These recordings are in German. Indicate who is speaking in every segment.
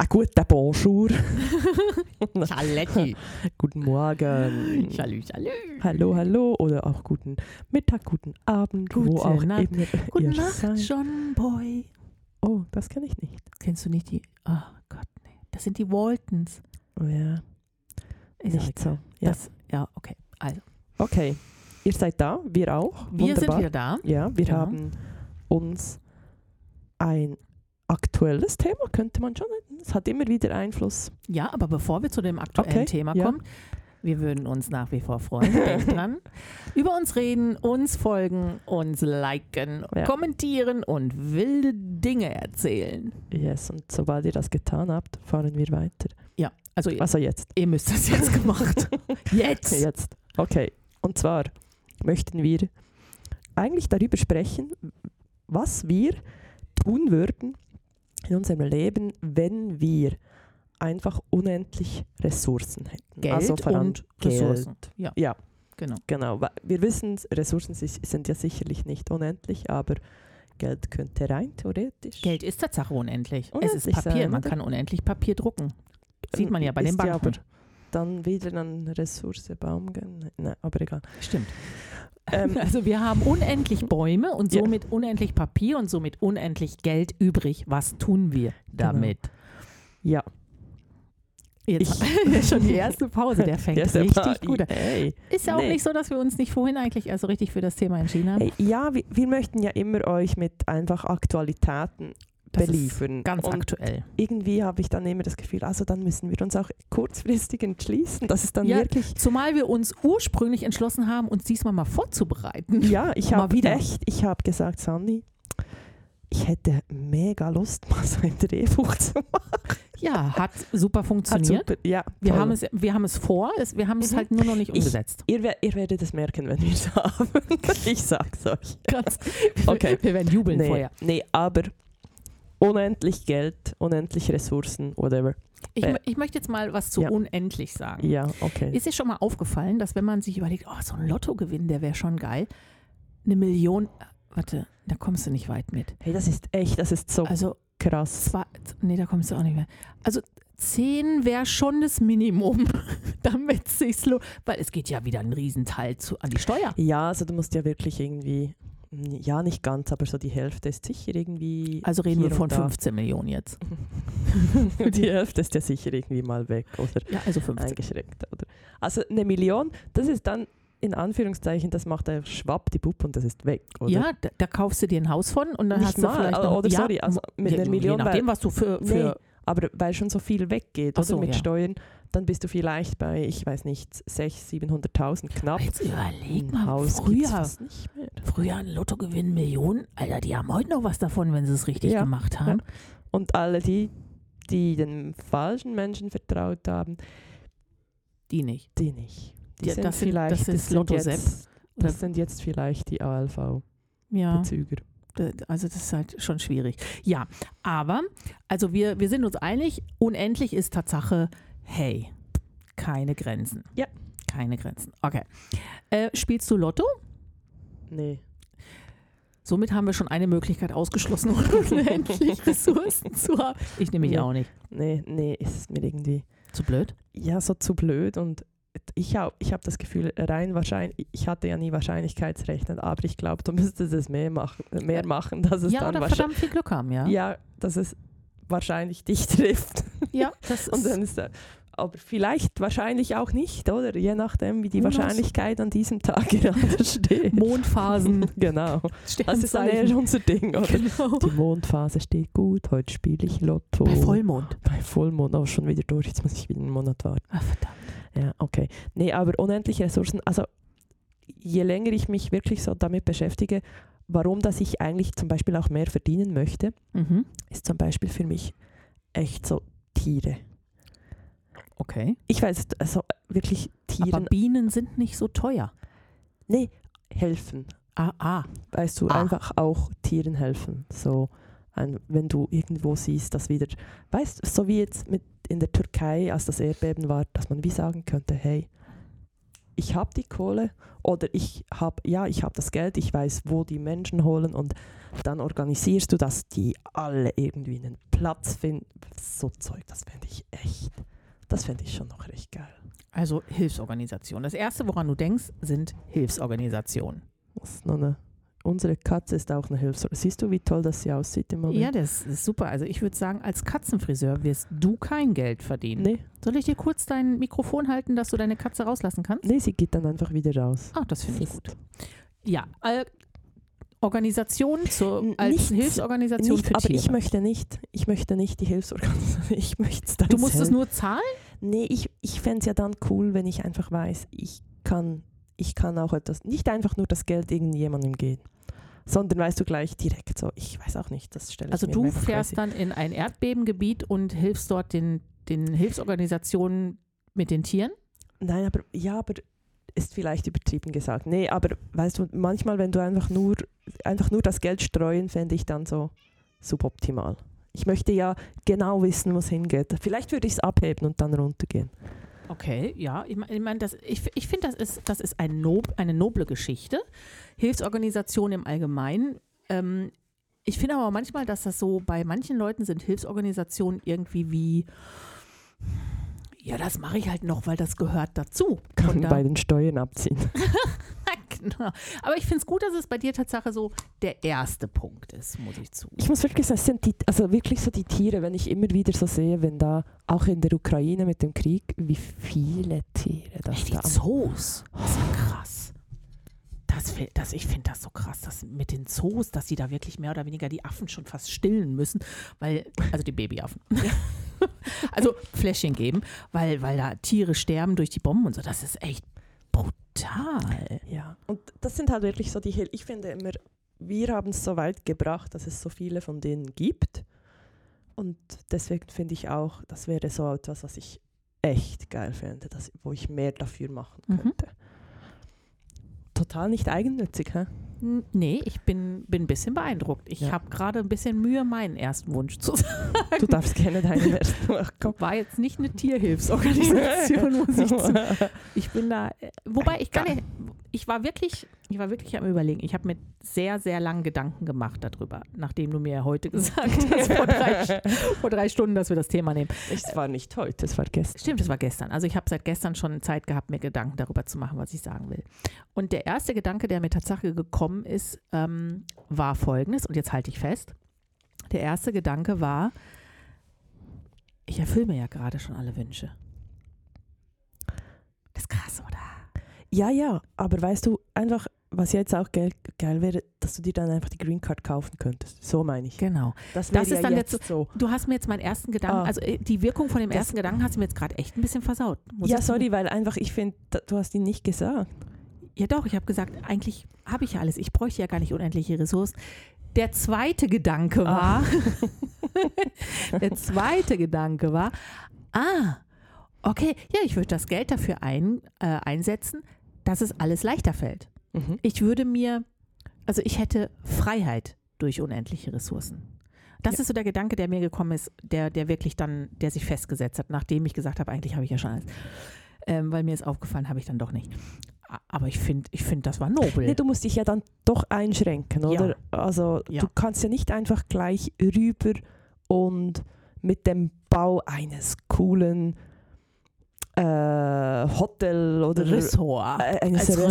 Speaker 1: Ah, gut, der Bonjour.
Speaker 2: Cialetti.
Speaker 1: Guten Morgen.
Speaker 2: Salü, salü.
Speaker 1: Hallo, hallo. Oder auch guten Mittag, guten Abend, wo
Speaker 2: Gute
Speaker 1: auch
Speaker 2: Nacht.
Speaker 1: immer ihr
Speaker 2: Guten Nacht,
Speaker 1: seid.
Speaker 2: John Boy.
Speaker 1: Oh, das kenne ich nicht.
Speaker 2: Kennst du nicht die? Oh Gott, nee. Das sind die Waltons.
Speaker 1: Oh Ja,
Speaker 2: Ist auch
Speaker 1: nicht so.
Speaker 2: egal.
Speaker 1: Ja.
Speaker 2: Das, ja, okay. Also,
Speaker 1: Okay, ihr seid da, wir auch.
Speaker 2: wir
Speaker 1: Wunderbar.
Speaker 2: sind wieder da. Genau.
Speaker 1: Ja, wir
Speaker 2: Ja.
Speaker 1: haben uns ein aktuelles Thema, könnte man schon nennen. Es hat immer wieder Einfluss.
Speaker 2: Ja, aber bevor wir zu dem aktuellen
Speaker 1: Okay,
Speaker 2: Thema
Speaker 1: ja.
Speaker 2: kommen, wir würden uns nach wie vor freuen. Denkt dran. Über uns reden, uns folgen, uns liken,
Speaker 1: Ja.
Speaker 2: kommentieren und wilde Dinge erzählen.
Speaker 1: Yes, und sobald ihr das getan habt, fahren wir weiter.
Speaker 2: Ja, also ihr,
Speaker 1: Also jetzt.
Speaker 2: ihr müsst das jetzt gemacht. jetzt!
Speaker 1: Jetzt. Okay, und zwar möchten wir eigentlich darüber sprechen, was wir tun würden in unserem Leben, wenn wir einfach unendlich Ressourcen hätten.
Speaker 2: Geld
Speaker 1: also vor allem
Speaker 2: und
Speaker 1: Geld.
Speaker 2: Ressourcen. Ja,
Speaker 1: Ja.
Speaker 2: genau.
Speaker 1: Genau, wa- wir wissen, Ressourcen si- sind ja sicherlich nicht unendlich, aber Geld könnte rein theoretisch.
Speaker 2: Geld ist Tatsache unendlich. es ist
Speaker 1: Unendlich
Speaker 2: Papier,
Speaker 1: sein,
Speaker 2: man
Speaker 1: oder?
Speaker 2: kann unendlich Papier drucken. Sieht man ja bei den
Speaker 1: Ist
Speaker 2: Banken.
Speaker 1: aber dann wieder an Ressource Baum. gen- Nein, ne, aber egal.
Speaker 2: Stimmt.
Speaker 1: Ähm,
Speaker 2: Also wir haben unendlich Bäume und
Speaker 1: Ja.
Speaker 2: somit unendlich Papier und somit unendlich Geld übrig. Was tun wir damit?
Speaker 1: Genau. ja,
Speaker 2: Jetzt schon die erste Pause, der fängt
Speaker 1: Der ist der
Speaker 2: richtig
Speaker 1: Pa-
Speaker 2: gut an.
Speaker 1: Ey.
Speaker 2: Ist ja auch
Speaker 1: Nee.
Speaker 2: nicht so, dass wir uns nicht vorhin eigentlich also richtig für das Thema entschieden haben.
Speaker 1: Ey, Äh, ja, wir, wir möchten ja immer euch mit einfach Aktualitäten
Speaker 2: das ist
Speaker 1: beliefern.
Speaker 2: ganz
Speaker 1: und
Speaker 2: aktuell.
Speaker 1: irgendwie habe ich dann immer das Gefühl, also dann müssen wir uns auch kurzfristig entschließen. Das ist dann
Speaker 2: Ja.
Speaker 1: wirklich.
Speaker 2: Zumal wir uns ursprünglich entschlossen haben, uns diesmal mal vorzubereiten.
Speaker 1: Ja, ich
Speaker 2: Mal
Speaker 1: habe
Speaker 2: wieder.
Speaker 1: echt, ich habe gesagt, Sandy, ich hätte mega Lust, mal so ein Drehbuch zu machen.
Speaker 2: Ja, hat super
Speaker 1: Hat
Speaker 2: funktioniert.
Speaker 1: super- Ja,
Speaker 2: wir,
Speaker 1: voll.
Speaker 2: haben es, wir haben es vor, es, wir haben es
Speaker 1: Mhm.
Speaker 2: halt nur noch nicht
Speaker 1: Ich-
Speaker 2: umgesetzt.
Speaker 1: Ihr, wer- ihr werdet es merken, wenn wir es haben. Ich sag's euch.
Speaker 2: Ganz,
Speaker 1: Okay.
Speaker 2: Wir werden jubeln
Speaker 1: Nee,
Speaker 2: vorher.
Speaker 1: nee, aber unendlich Geld, unendlich Ressourcen, whatever.
Speaker 2: Ich,
Speaker 1: Äh.
Speaker 2: mö- ich möchte jetzt mal was zu
Speaker 1: Ja.
Speaker 2: unendlich sagen.
Speaker 1: Ja, okay.
Speaker 2: Ist dir schon mal aufgefallen, dass wenn man sich überlegt, oh, so ein Lottogewinn, der wäre schon geil, eine Million, äh, warte, da kommst du nicht weit mit.
Speaker 1: hey, das ist echt, das ist so
Speaker 2: Also,
Speaker 1: krass.
Speaker 2: zwei, nee, da kommst du auch nicht mehr. Also, zehn wäre schon das Minimum, damit es sich lohnt. Weil es geht ja wieder ein Riesenteil zu, an die Steuer.
Speaker 1: Ja, also du musst ja wirklich irgendwie, ja, nicht ganz, aber so die Hälfte ist sicher irgendwie.
Speaker 2: Also reden
Speaker 1: hier
Speaker 2: wir von
Speaker 1: und da.
Speaker 2: 15 Millionen jetzt.
Speaker 1: Die Hälfte ist ja sicher irgendwie mal weg, oder?
Speaker 2: Ja, also 15.
Speaker 1: eingeschränkt. Oder? Also eine Million, das ist dann in Anführungszeichen, das macht der Schwapp die Puppe und das ist weg. Oder?
Speaker 2: Ja, da, da kaufst du dir ein Haus von und dann
Speaker 1: Nicht
Speaker 2: hast du
Speaker 1: mal,
Speaker 2: vielleicht
Speaker 1: oder-
Speaker 2: noch,
Speaker 1: oder
Speaker 2: ja,
Speaker 1: sorry, also mit
Speaker 2: je,
Speaker 1: einer Million,
Speaker 2: Je
Speaker 1: weil-
Speaker 2: nachdem, was du für, für
Speaker 1: Aber weil schon so viel weggeht
Speaker 2: Ach
Speaker 1: oder
Speaker 2: so,
Speaker 1: mit
Speaker 2: ja.
Speaker 1: Steuern, dann bist du vielleicht bei, ich weiß nicht, 600.000, 700.000 knapp.
Speaker 2: Jetzt überleg
Speaker 1: Ein
Speaker 2: mal,
Speaker 1: Haus gibt's
Speaker 2: früher,
Speaker 1: fast nicht mehr.
Speaker 2: früher ein Lottogewinn Millionen, Alter, die haben heute noch was davon, wenn sie es richtig
Speaker 1: Ja,
Speaker 2: gemacht haben.
Speaker 1: Und alle die, die den falschen Menschen vertraut haben,
Speaker 2: Die nicht.
Speaker 1: die nicht. Die
Speaker 2: Ja,
Speaker 1: sind
Speaker 2: das sind-
Speaker 1: vielleicht,
Speaker 2: das ist
Speaker 1: sind
Speaker 2: Lotto
Speaker 1: jetzt,
Speaker 2: Oder,
Speaker 1: das sind jetzt vielleicht die ALV-Bezüger.
Speaker 2: ja, d- also das ist halt schon schwierig. Ja, aber, also wir, wir sind uns einig, unendlich ist Tatsache, hey, keine Grenzen.
Speaker 1: Ja.
Speaker 2: Keine Grenzen. Okay. Äh, spielst du Lotto?
Speaker 1: Nee.
Speaker 2: Somit haben wir schon eine Möglichkeit ausgeschlossen, unendlich Ressourcen zu haben. Ich nehme mich
Speaker 1: Nee.
Speaker 2: auch nicht.
Speaker 1: Nee, nee, ist mir irgendwie
Speaker 2: Zu blöd?
Speaker 1: ja so zu blöd und ich habe ich hab das Gefühl, rein wahrscheinlich, ich hatte ja nie Wahrscheinlichkeitsrechnen, aber ich glaube, du müsstest es mehr machen, mehr machen dass es
Speaker 2: Ja,
Speaker 1: dann
Speaker 2: oder
Speaker 1: wahrscheinlich,
Speaker 2: verdammt viel Glück haben, ja.
Speaker 1: ja, dass es wahrscheinlich dich trifft.
Speaker 2: Ja, das
Speaker 1: Und dann ist der, aber vielleicht wahrscheinlich auch nicht, oder? Je nachdem, wie die
Speaker 2: Who knows?
Speaker 1: Wahrscheinlichkeit an diesem Tag gerade steht.
Speaker 2: Mondphasen,
Speaker 1: genau. Das ist dann eher unser Ding, oder?
Speaker 2: Genau.
Speaker 1: Die Mondphase steht gut, heute spiele ich Lotto.
Speaker 2: Bei Vollmond.
Speaker 1: Bei Vollmond auch schon wieder durch, jetzt muss ich wieder einen Monat warten.
Speaker 2: Ah, verdammt.
Speaker 1: Ja, okay. Nee, aber unendliche Ressourcen, also je länger ich mich wirklich so damit beschäftige, warum dass ich eigentlich zum Beispiel auch mehr verdienen möchte,
Speaker 2: Mhm.
Speaker 1: ist zum Beispiel für mich echt so Tiere.
Speaker 2: Okay.
Speaker 1: Ich weiß, also wirklich
Speaker 2: Aber
Speaker 1: Tieren
Speaker 2: Bienen sind nicht so teuer.
Speaker 1: nee, helfen.
Speaker 2: Ah, ah.
Speaker 1: Weißt du,
Speaker 2: Ah.
Speaker 1: einfach auch Tieren helfen. So, ein, wenn du irgendwo siehst, dass wieder, weißt du, so wie jetzt mit in der Türkei, als das Erdbeben war, dass man wie sagen könnte, hey, ich habe die Kohle oder ich habe, ja, ich habe das Geld, ich weiß, wo die Menschen holen und dann organisierst du, dass die alle irgendwie einen Platz finden. So Zeug, das fände ich echt. Das fände ich schon noch richtig geil.
Speaker 2: Also Hilfsorganisationen. Das Erste, woran du denkst, sind Hilfsorganisationen.
Speaker 1: Das ist noch eine, unsere Katze ist auch eine Hilfs. Siehst du, wie toll das sie aussieht im Moment?
Speaker 2: Ja, das ist super. Also ich würde sagen, als Katzenfriseur wirst du kein Geld verdienen.
Speaker 1: Nee,
Speaker 2: Soll ich dir kurz dein Mikrofon halten, dass du deine Katze rauslassen kannst?
Speaker 1: nee, sie geht dann einfach wieder raus.
Speaker 2: Ah, das finde ich
Speaker 1: Das
Speaker 2: gut.
Speaker 1: ist
Speaker 2: Ja, äh, Organisation zur,
Speaker 1: N-
Speaker 2: als
Speaker 1: nicht-
Speaker 2: Hilfsorganisation
Speaker 1: nicht,
Speaker 2: für
Speaker 1: aber
Speaker 2: Tiere.
Speaker 1: ich möchte nicht, ich möchte nicht die Hilfsorganisation. Ich möchte es dann
Speaker 2: du musst es
Speaker 1: selber.
Speaker 2: nur zahlen?
Speaker 1: Nee, ich, ich fände es ja dann cool, wenn ich einfach weiß, ich kann, ich kann auch etwas, nicht einfach nur das Geld irgendjemandem geben, sondern weißt du gleich direkt so, ich weiß auch nicht, das stelle
Speaker 2: Also
Speaker 1: ich mir
Speaker 2: du
Speaker 1: einfach
Speaker 2: fährst
Speaker 1: crazy.
Speaker 2: dann in ein Erdbebengebiet und hilfst dort den, den Hilfsorganisationen mit den Tieren?
Speaker 1: Nein, aber ja, aber ist vielleicht übertrieben gesagt. Nee, aber weißt du, manchmal, wenn du einfach nur, einfach nur das Geld streuen, fände ich dann so suboptimal. Ich möchte ja genau wissen, wo es hingeht. Vielleicht würde ich es abheben und dann runtergehen.
Speaker 2: Okay, ja, ich meine, ich mein, das- ich, ich finde, das ist, das ist ein nob, eine noble Geschichte. Hilfsorganisationen im Allgemeinen. Ähm, ich finde aber manchmal, dass das so, bei manchen Leuten sind Hilfsorganisationen irgendwie wie, ja, das mache ich halt noch, weil das gehört dazu.
Speaker 1: Kann
Speaker 2: Und da-
Speaker 1: bei den Steuern abziehen.
Speaker 2: genau. Aber ich finde es gut, dass es bei dir Tatsache so der erste Punkt ist, muss ich zugeben.
Speaker 1: Ich muss wirklich sagen, es sind die, also wirklich so die Tiere, wenn ich immer wieder so sehe, wenn da auch in der Ukraine mit dem Krieg, wie viele Tiere das
Speaker 2: Ey, die
Speaker 1: da am-
Speaker 2: Zoos. Das ist ja krass. Das, fi- das, ich finde das so krass, dass mit den Zoos, dass die da wirklich mehr oder weniger die Affen schon fast stillen müssen, weil, also die Babyaffen. also Fläschchen geben, weil, weil da Tiere sterben durch die Bomben und so. Das ist echt brutal.
Speaker 1: Ja, und das sind halt wirklich so die Hel Ich finde immer, wir haben es so weit gebracht, dass es so viele von denen gibt. Und deswegen finde ich auch, das wäre so etwas, was ich echt geil fände, dass, wo ich mehr dafür machen
Speaker 2: Mhm.
Speaker 1: könnte. Total nicht eigennützig, hä?
Speaker 2: N- Nee, ich bin, bin ein bisschen beeindruckt. Ich
Speaker 1: Ja.
Speaker 2: habe gerade ein bisschen Mühe, meinen ersten Wunsch zu sagen.
Speaker 1: Du darfst gerne deine Version machen.
Speaker 2: War jetzt nicht eine Tierhilfsorganisation, muss ich zu Ich bin da, äh, wobei ich gar nicht, ich war wirklich, ich war wirklich am überlegen. Ich habe mir sehr, sehr lange Gedanken gemacht darüber, nachdem du mir heute gesagt hast, vor drei, vor drei Stunden, dass wir das Thema nehmen.
Speaker 1: Es war nicht heute, es war gestern.
Speaker 2: Stimmt, das war gestern. Also ich habe seit gestern schon Zeit gehabt, mir Gedanken darüber zu machen, was ich sagen will. Und der erste Gedanke, der mir tatsächlich gekommen ist, ähm, war folgendes, und jetzt halte ich fest. Der erste Gedanke war, ich erfülle mir ja gerade schon alle Wünsche. Das ist krass, oder?
Speaker 1: Ja, ja, aber weißt du, einfach, was jetzt auch geil, geil wäre, dass du dir dann einfach die Green Card kaufen könntest. So meine ich.
Speaker 2: Genau.
Speaker 1: Das,
Speaker 2: Das
Speaker 1: wäre
Speaker 2: ist
Speaker 1: ja
Speaker 2: dann der
Speaker 1: jetzt so.
Speaker 2: Du hast mir jetzt meinen ersten Gedanken,
Speaker 1: Ah.
Speaker 2: also äh, die Wirkung von dem
Speaker 1: Das-
Speaker 2: ersten Gedanken hast du mir jetzt gerade echt ein bisschen versaut. muss
Speaker 1: Ja,
Speaker 2: ich sagen.
Speaker 1: sorry, weil einfach ich finde, da- du hast ihn nicht gesagt.
Speaker 2: Ja doch, ich habe gesagt, eigentlich habe ich ja alles. Ich bräuchte ja gar nicht unendliche Ressourcen. Der zweite Gedanke war, der zweite Gedanke war, ah, okay, ja, ich würde das Geld dafür ein, äh, einsetzen, dass es alles leichter fällt. Ich würde mir, also ich hätte Freiheit durch unendliche Ressourcen. Das
Speaker 1: Ja.
Speaker 2: ist so der Gedanke, der mir gekommen ist, der, der wirklich dann, der sich festgesetzt hat, nachdem ich gesagt habe, eigentlich habe ich ja schon alles. Ähm, weil mir ist aufgefallen, habe ich dann doch nicht. A- Aber ich finde, ich find, das war nobel.
Speaker 1: Nee, du musst dich ja dann doch einschränken,
Speaker 2: Ja.
Speaker 1: oder? Also
Speaker 2: Ja.
Speaker 1: du kannst ja nicht einfach gleich rüber und mit dem Bau eines coolen äh, Hotel oder
Speaker 2: Ressort.
Speaker 1: äh, eines
Speaker 2: als
Speaker 1: Ressort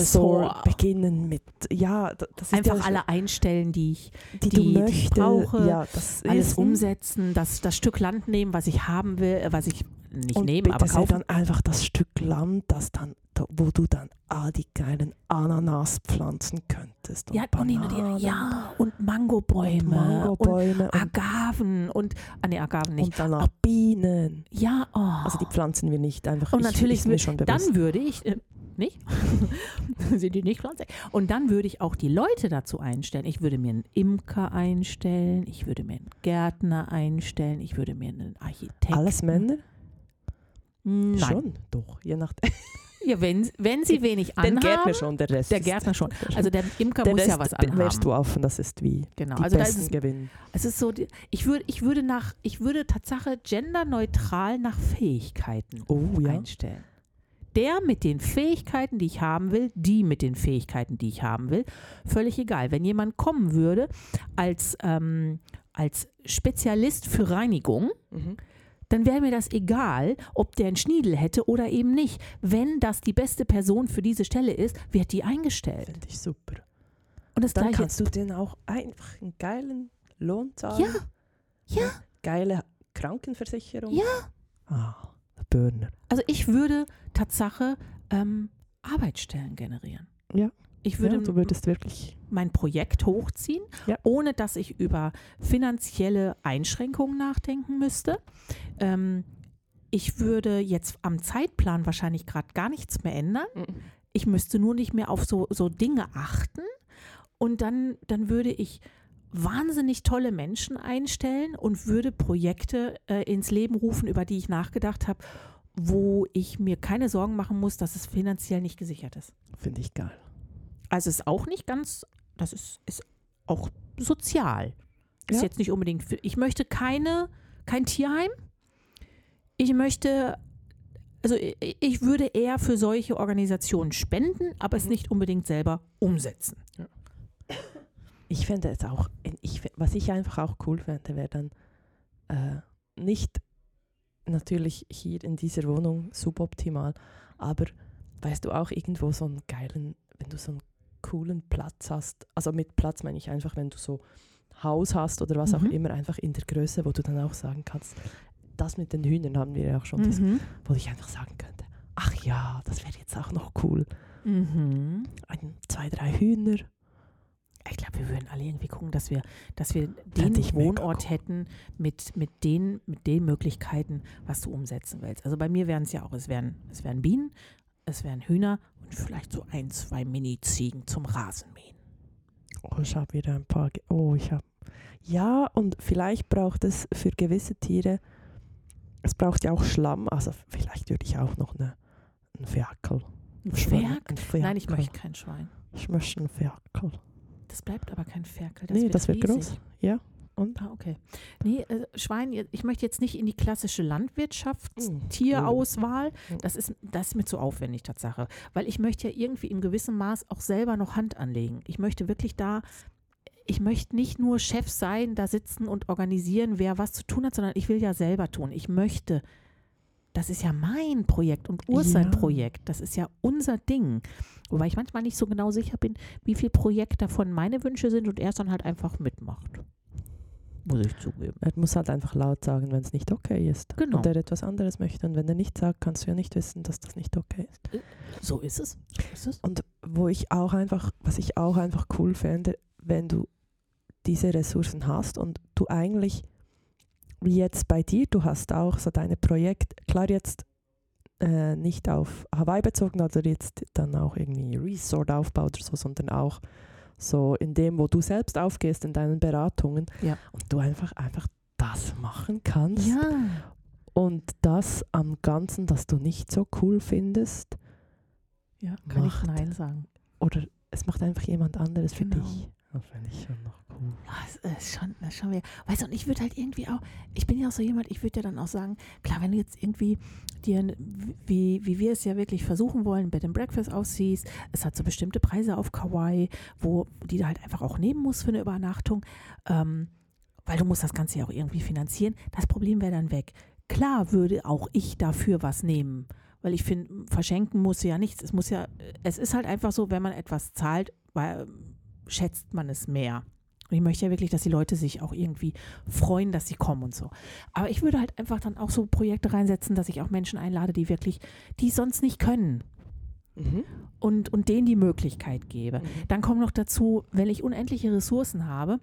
Speaker 2: Ressort.
Speaker 1: beginnen mit. Ja, da- das ist
Speaker 2: Einfach
Speaker 1: ja,
Speaker 2: alle einstellen, die ich
Speaker 1: die,
Speaker 2: die- die
Speaker 1: du
Speaker 2: ich
Speaker 1: möchtest.
Speaker 2: brauche,
Speaker 1: ja, das
Speaker 2: alles
Speaker 1: ist-
Speaker 2: umsetzen, das, das Stück Land nehmen, was ich haben will, äh, was ich nicht
Speaker 1: und
Speaker 2: nehmen,
Speaker 1: bitte
Speaker 2: aber
Speaker 1: sei
Speaker 2: kaufen
Speaker 1: dann einfach das Stück Land, das dann, da- wo du dann all die geilen Ananas pflanzen könntest. Und
Speaker 2: Ja, und die, die,
Speaker 1: Bananen
Speaker 2: ja, und
Speaker 1: und
Speaker 2: Mangobäume und,
Speaker 1: Mangobäume und,
Speaker 2: Agaven und, ah nee, Agaven
Speaker 1: und,
Speaker 2: nicht.
Speaker 1: dann auch Bienen.
Speaker 2: Ja, oh.
Speaker 1: Also die pflanzen wir nicht einfach.
Speaker 2: Und
Speaker 1: ich,
Speaker 2: natürlich
Speaker 1: ist mir
Speaker 2: wür-
Speaker 1: schon bewusst.
Speaker 2: dann würde ich, äh, nicht? Sind die nicht pflanzlich? Und dann würde ich auch die Leute dazu einstellen. Ich würde mir einen Imker einstellen, ich würde mir einen Gärtner einstellen, ich würde mir einen Architekten.
Speaker 1: alles Männer?
Speaker 2: Nein.
Speaker 1: Schon, doch. Je nach
Speaker 2: Ja, wenn, wenn sie wenig
Speaker 1: Den
Speaker 2: anhaben.
Speaker 1: Gärtner schon, der Rest.
Speaker 2: Der
Speaker 1: ist-
Speaker 2: Gärtner schon. Also der Imker
Speaker 1: der
Speaker 2: muss
Speaker 1: Rest
Speaker 2: ja was anhaben.
Speaker 1: wärst du offen, das ist wie
Speaker 2: Genau.
Speaker 1: die
Speaker 2: also da ist
Speaker 1: Besten
Speaker 2: es,
Speaker 1: gewinnen.
Speaker 2: es ist so, die- ich würde, ich würde nach, ich würde Tatsache genderneutral nach Fähigkeiten
Speaker 1: Oh ja.
Speaker 2: einstellen. Der mit den Fähigkeiten, die ich haben will, die mit den Fähigkeiten, die ich haben will, völlig egal. Wenn jemand kommen würde als, ähm, als Spezialist für Reinigung,
Speaker 1: Mhm.
Speaker 2: dann wäre mir das egal, ob der einen Schniedel hätte oder eben nicht. Wenn das die beste Person für diese Stelle ist, wird die eingestellt.
Speaker 1: Finde ich super.
Speaker 2: Und das
Speaker 1: Dann
Speaker 2: gleiche.
Speaker 1: kannst du denen auch einfach einen geilen Lohn zahlen.
Speaker 2: Ja, ja.
Speaker 1: Geile Krankenversicherung.
Speaker 2: Ja.
Speaker 1: Ah, Burner.
Speaker 2: Also ich würde Tatsache ähm, Arbeitsstellen generieren.
Speaker 1: Ja.
Speaker 2: Ich
Speaker 1: Ja,
Speaker 2: würde
Speaker 1: du würdest wirklich.
Speaker 2: mein Projekt hochziehen,
Speaker 1: Ja.
Speaker 2: ohne dass ich über finanzielle Einschränkungen nachdenken müsste. Ähm, ich würde jetzt am Zeitplan wahrscheinlich gerade gar nichts mehr ändern. Ich müsste nur nicht mehr auf so, so Dinge achten. Und dann, dann würde ich wahnsinnig tolle Menschen einstellen und würde Projekte äh, ins Leben rufen, über die ich nachgedacht habe, wo ich mir keine Sorgen machen muss, dass es finanziell nicht gesichert ist.
Speaker 1: Finde ich geil.
Speaker 2: Also ist auch nicht ganz, das ist, ist auch sozial. Ist
Speaker 1: Ja.
Speaker 2: jetzt nicht unbedingt, für, ich möchte keine, kein Tierheim. Ich möchte, also i- i- ich würde eher für solche Organisationen spenden, aber es nicht unbedingt selber umsetzen.
Speaker 1: Ich fände es auch, ich, fä- was ich einfach auch cool fände, wäre dann äh, nicht natürlich hier in dieser Wohnung suboptimal, aber weißt du auch irgendwo so einen geilen, wenn du so einen coolen Platz hast, also mit Platz meine ich einfach, wenn du so Haus hast oder was auch
Speaker 2: Mhm.
Speaker 1: immer, einfach in der Größe, wo du dann auch sagen kannst, das mit den Hühnern haben wir ja auch schon, dis-
Speaker 2: Mhm.
Speaker 1: wo ich einfach sagen könnte, ach ja, das wäre jetzt auch noch cool.
Speaker 2: Mhm.
Speaker 1: Ein, zwei, drei Hühner.
Speaker 2: Ich glaube, wir würden alle irgendwie gucken, dass wir, dass wir den
Speaker 1: Fänd ich mega
Speaker 2: Wohnort hätten mit, mit, den, mit den Möglichkeiten, was du umsetzen willst. Also bei mir wären es ja auch, es wären, es wären Bienen, es wären Hühner und vielleicht so ein, zwei Mini-Ziegen zum Rasenmähen.
Speaker 1: Oh, ich habe wieder ein paar. Ge oh, ich habe. Ja, und vielleicht braucht es für gewisse Tiere, es braucht ja auch Schlamm, also vielleicht würde ich auch noch eine, ein Ferkel.
Speaker 2: Ein
Speaker 1: Schwein-
Speaker 2: Ferkel?
Speaker 1: Ein Ferkel.
Speaker 2: Nein, ich möchte kein Schwein.
Speaker 1: Ich möchte ein Ferkel.
Speaker 2: Das bleibt aber kein Ferkel. Das
Speaker 1: nee,
Speaker 2: wird
Speaker 1: das wird
Speaker 2: riesig.
Speaker 1: groß. Ja, und?
Speaker 2: Ah, okay. Nee, äh, Schwein, ich möchte jetzt nicht in die klassische
Speaker 1: Mm.
Speaker 2: Landwirtschaftstierauswahl.
Speaker 1: Mm.
Speaker 2: Das ist, das ist mir zu aufwendig, Tatsache. Weil ich möchte ja irgendwie in gewissem Maß auch selber noch Hand anlegen. Ich möchte wirklich da, ich möchte nicht nur Chef sein, da sitzen und organisieren, wer was zu tun hat, sondern ich will ja selber tun. Ich möchte, das ist ja mein Projekt und Urs sein
Speaker 1: Ja.
Speaker 2: Projekt. Das ist ja unser Ding. Wobei ich manchmal nicht so genau sicher bin, wie viel Projekt davon meine Wünsche sind und er es dann halt einfach mitmacht. Muss ich zugeben.
Speaker 1: Er muss halt einfach laut sagen, wenn es nicht okay ist.
Speaker 2: Genau.
Speaker 1: Und er etwas anderes möchte. Und wenn er nicht sagt, kannst du ja nicht wissen, dass das nicht okay ist.
Speaker 2: So ist es. Ist es?
Speaker 1: Und wo ich auch einfach, was ich auch einfach cool fände, wenn du diese Ressourcen hast und du eigentlich, wie jetzt bei dir, du hast auch so deine Projekte, klar jetzt äh, nicht auf Hawaii bezogen oder jetzt dann auch irgendwie Resort aufbaut oder so, sondern auch so in dem, wo du selbst aufgehst in deinen Beratungen
Speaker 2: Ja.
Speaker 1: und du einfach, einfach das machen kannst.
Speaker 2: Ja.
Speaker 1: Und das am Ganzen, das du nicht so cool findest,
Speaker 2: ja. Kann
Speaker 1: Macht.
Speaker 2: ich Nein sagen.
Speaker 1: oder es macht einfach jemand anderes für
Speaker 2: Genau.
Speaker 1: dich. Das finde ich schon noch cool.
Speaker 2: Ja, Ah, es ist schon, das ist schon wieder. Weißt du, und ich würde halt irgendwie auch, ich bin ja auch so jemand, ich würde ja dann auch sagen, klar, wenn du jetzt irgendwie dir, ein- wie, wie wir es ja wirklich versuchen wollen, Bed and Breakfast aussiehst, es hat so bestimmte Preise auf Kauai, wo die du halt einfach auch nehmen musst für eine Übernachtung, ähm, weil du musst das Ganze ja auch irgendwie finanzieren. Das Problem wäre dann weg. Klar würde auch ich dafür was nehmen. Weil ich finde, verschenken muss ja nichts. Es muss ja, es ist halt einfach so, wenn man etwas zahlt, weil, ähm, schätzt man es mehr. Und ich möchte ja wirklich, dass die Leute sich auch irgendwie freuen, dass sie kommen und so. Aber ich würde halt einfach dann auch so Projekte reinsetzen, dass ich auch Menschen einlade, die wirklich, die es sonst nicht können und, und denen die Möglichkeit gebe. Dann kommt noch dazu, wenn ich unendliche Ressourcen habe,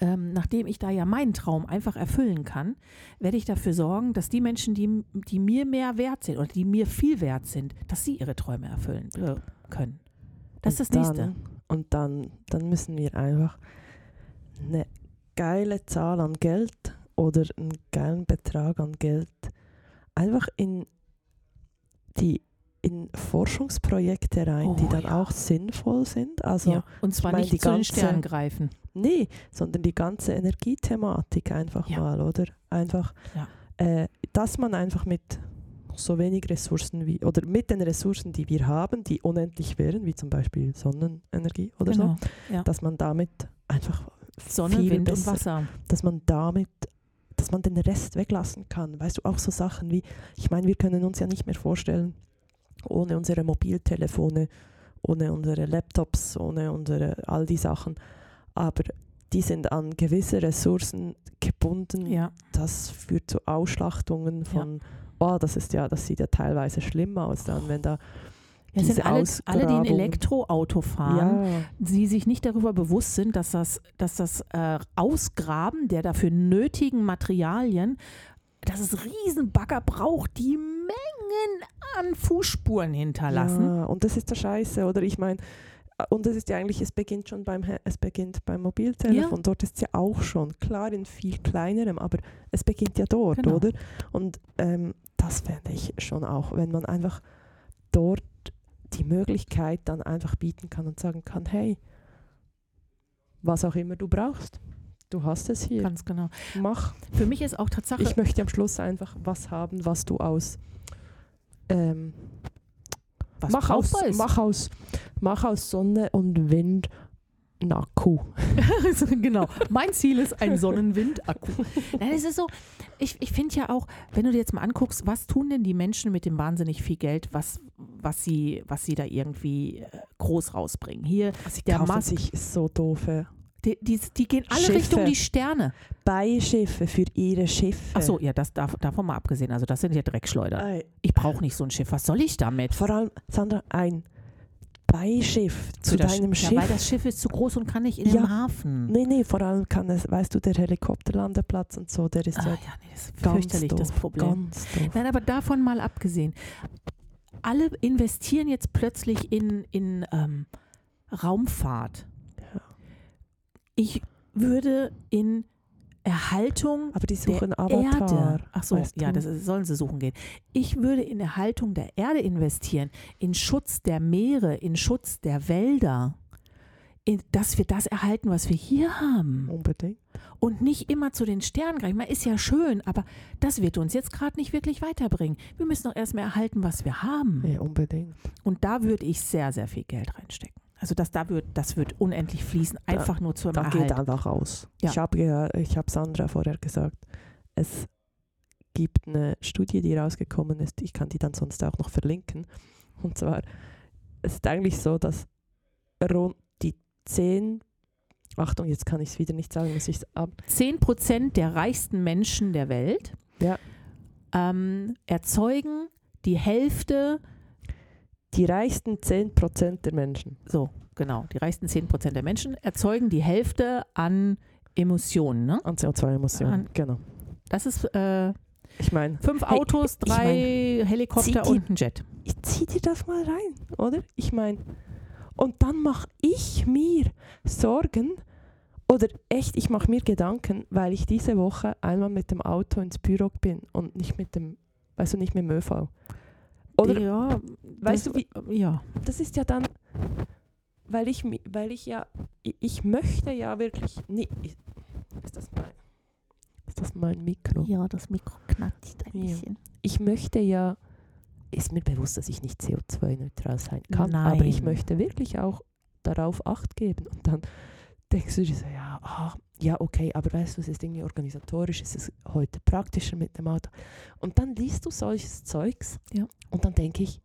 Speaker 2: ähm, nachdem ich da ja meinen Traum einfach erfüllen kann, werde ich dafür sorgen, dass die Menschen, die, die mir mehr wert sind oder die mir viel wert sind, dass sie ihre Träume erfüllen äh, können. Das ist das
Speaker 1: Und
Speaker 2: Nächste.
Speaker 1: Dann, und dann, dann müssen wir einfach eine geile Zahl an Geld oder einen geilen Betrag an Geld einfach in die in Forschungsprojekte rein, die
Speaker 2: Oh,
Speaker 1: dann
Speaker 2: ja.
Speaker 1: auch sinnvoll sind. Also
Speaker 2: ja. Und zwar
Speaker 1: meine, die
Speaker 2: nicht zu den
Speaker 1: ganze-
Speaker 2: Sternen greifen.
Speaker 1: Nee, sondern die ganze Energiethematik einfach
Speaker 2: Ja.
Speaker 1: mal, oder? Einfach,
Speaker 2: Ja.
Speaker 1: äh, dass man einfach mit so wenig Ressourcen wie, oder mit den Ressourcen, die wir haben, die unendlich wären, wie zum Beispiel Sonnenenergie oder so, dass man damit einfach
Speaker 2: Sonne,
Speaker 1: viel
Speaker 2: Genau. Wind
Speaker 1: besser.
Speaker 2: und Wasser.
Speaker 1: dass man damit, dass man den Rest weglassen kann. Weißt du, auch so Sachen wie, ich meine, wir können uns ja nicht mehr vorstellen, ohne unsere Mobiltelefone, ohne unsere Laptops, ohne unsere, all die Sachen. Aber die sind an gewisse Ressourcen gebunden.
Speaker 2: Ja,
Speaker 1: Das führt zu Ausschlachtungen von, oh, das ist ja, das sieht ja teilweise schlimm aus dann, wenn da
Speaker 2: es
Speaker 1: diese
Speaker 2: sind alle, alle, die ein
Speaker 1: Ausgrabungen-
Speaker 2: Elektroauto fahren,
Speaker 1: ja,
Speaker 2: die sich nicht darüber bewusst sind, dass das, dass das äh, Ausgraben der dafür nötigen Materialien, dass es Riesenbagger braucht, die Mengen an Fußspuren hinterlassen.
Speaker 1: Ja, und das ist der Scheiße, oder? Ich meine, und das ist ja eigentlich, es beginnt schon beim, He- es beginnt beim Mobiltelefon, dort ist es ja auch schon, klar in viel kleinerem, aber es beginnt ja dort,
Speaker 2: Genau.
Speaker 1: oder? Und ähm, das fände ich schon auch, wenn man einfach dort die Möglichkeit dann einfach bieten kann und sagen kann, hey, was auch immer du brauchst, du hast es hier,
Speaker 2: Ganz genau.
Speaker 1: mach.
Speaker 2: Für mich ist auch Tatsache,
Speaker 1: Ich möchte am Schluss einfach was haben, was du aus ähm,
Speaker 2: was
Speaker 1: mach aus,
Speaker 2: brauchbar ist.
Speaker 1: mach aus, mach aus Sonne und Wind einen Akku.
Speaker 2: Also, genau. Mein Ziel ist ein Sonnenwindakku. Nein, es ist so, ich, ich finde ja auch, wenn du dir jetzt mal anguckst, was tun denn die Menschen mit dem wahnsinnig viel Geld, was, was, sie, was sie da irgendwie äh, groß rausbringen? Hier,
Speaker 1: Sie
Speaker 2: Der
Speaker 1: kaufen
Speaker 2: Musk.
Speaker 1: sich so doofe
Speaker 2: die, die, die gehen alle
Speaker 1: Schiffe.
Speaker 2: Richtung die Sterne.
Speaker 1: Beischiffe für ihre Schiffe.
Speaker 2: Ach so, ja, das darf, davon mal abgesehen. Also, das sind ja Dreckschleuder.
Speaker 1: Ey,
Speaker 2: Ich brauche nicht so ein Schiff. Was soll ich damit?
Speaker 1: vor allem, Sandra, ein Beischiff zu
Speaker 2: das-
Speaker 1: deinem
Speaker 2: Ja, weil
Speaker 1: Schiff.
Speaker 2: das Schiff ist zu groß und kann nicht in
Speaker 1: Ja.
Speaker 2: den Hafen.
Speaker 1: Nee, nee, vor allem kann es, weißt du, der Helikopterlandeplatz und so, der ist
Speaker 2: Ah, ja,
Speaker 1: ja
Speaker 2: nee, das ist
Speaker 1: ganz
Speaker 2: fürchterlich,
Speaker 1: doof,
Speaker 2: das Problem.
Speaker 1: Ganz doof.
Speaker 2: Nein, aber davon mal abgesehen. Alle investieren jetzt plötzlich in, in ähm, Raumfahrt.
Speaker 1: Ja.
Speaker 2: Ich würde in Erhaltung
Speaker 1: Aber die
Speaker 2: der
Speaker 1: suchen Avatar.
Speaker 2: Erde. Ach so,
Speaker 1: weißt
Speaker 2: ja,
Speaker 1: du?
Speaker 2: das ist, sollen sie suchen gehen. Ich würde in Erhaltung der Erde investieren, in Schutz der Meere, in Schutz der Wälder, in, dass wir das erhalten, was wir hier haben
Speaker 1: Unbedingt.
Speaker 2: und nicht immer zu den Sternen greifen. Man ist ja schön, aber das wird uns jetzt gerade nicht wirklich weiterbringen. Wir müssen doch erstmal erhalten, was wir haben.
Speaker 1: Ja, unbedingt.
Speaker 2: Und da würde ich sehr, sehr viel Geld reinstecken. Also das, da wird, das wird unendlich fließen, einfach nur zum
Speaker 1: Da geht
Speaker 2: Erhalt.
Speaker 1: einfach aus.
Speaker 2: Ja.
Speaker 1: Ich habe ja, ich hab Sandra vorher gesagt, es gibt eine Studie, die rausgekommen ist. Ich kann die dann sonst auch noch verlinken. Und zwar es ist eigentlich so, dass rund die 10, Achtung, jetzt kann ich es wieder nicht sagen, muss ich es ab.
Speaker 2: 10 Prozent der reichsten Menschen der Welt
Speaker 1: Ja.
Speaker 2: ähm, erzeugen die Hälfte,
Speaker 1: Die reichsten 10% der Menschen.
Speaker 2: so genau, die reichsten 10 Prozent der Menschen erzeugen die Hälfte an Emotionen. Ne?
Speaker 1: An CO2-Emissionen,
Speaker 2: An-
Speaker 1: genau.
Speaker 2: Das ist äh,
Speaker 1: Ich meine,
Speaker 2: fünf
Speaker 1: Hey,
Speaker 2: Autos,
Speaker 1: ich mein,
Speaker 2: drei Helikopter
Speaker 1: zieh die-
Speaker 2: und ein Jet.
Speaker 1: ich zieh dir das mal rein, oder? Ich meine, und dann mache ich mir Sorgen oder echt, ich mache mir Gedanken, weil ich diese Woche einmal mit dem Auto ins Büro bin und nicht mit dem, weißt du, nicht mit dem ÖV. Oder
Speaker 2: ja,
Speaker 1: weißt
Speaker 2: das- äh,
Speaker 1: du, wie,
Speaker 2: Ja,
Speaker 1: das ist ja dann, weil ich, mi- weil ich ja, ich, ich möchte ja wirklich, nee, ich- ist das mein, ist das mein Mikro?
Speaker 3: Ja, das Mikro knackt ein
Speaker 1: Ja.
Speaker 3: bisschen.
Speaker 1: ich möchte ja, ist mir bewusst, dass ich nicht CO2-neutral sein kann, aber
Speaker 2: Nein.
Speaker 1: ich möchte wirklich auch darauf Acht geben. Und dann denkst du dir so, ja, ah, ja, okay, aber weißt du, es ist irgendwie organisatorisch, es ist heute praktischer mit dem Auto. Und dann liest du solches Zeugs
Speaker 2: Ja.
Speaker 1: und dann denke ich,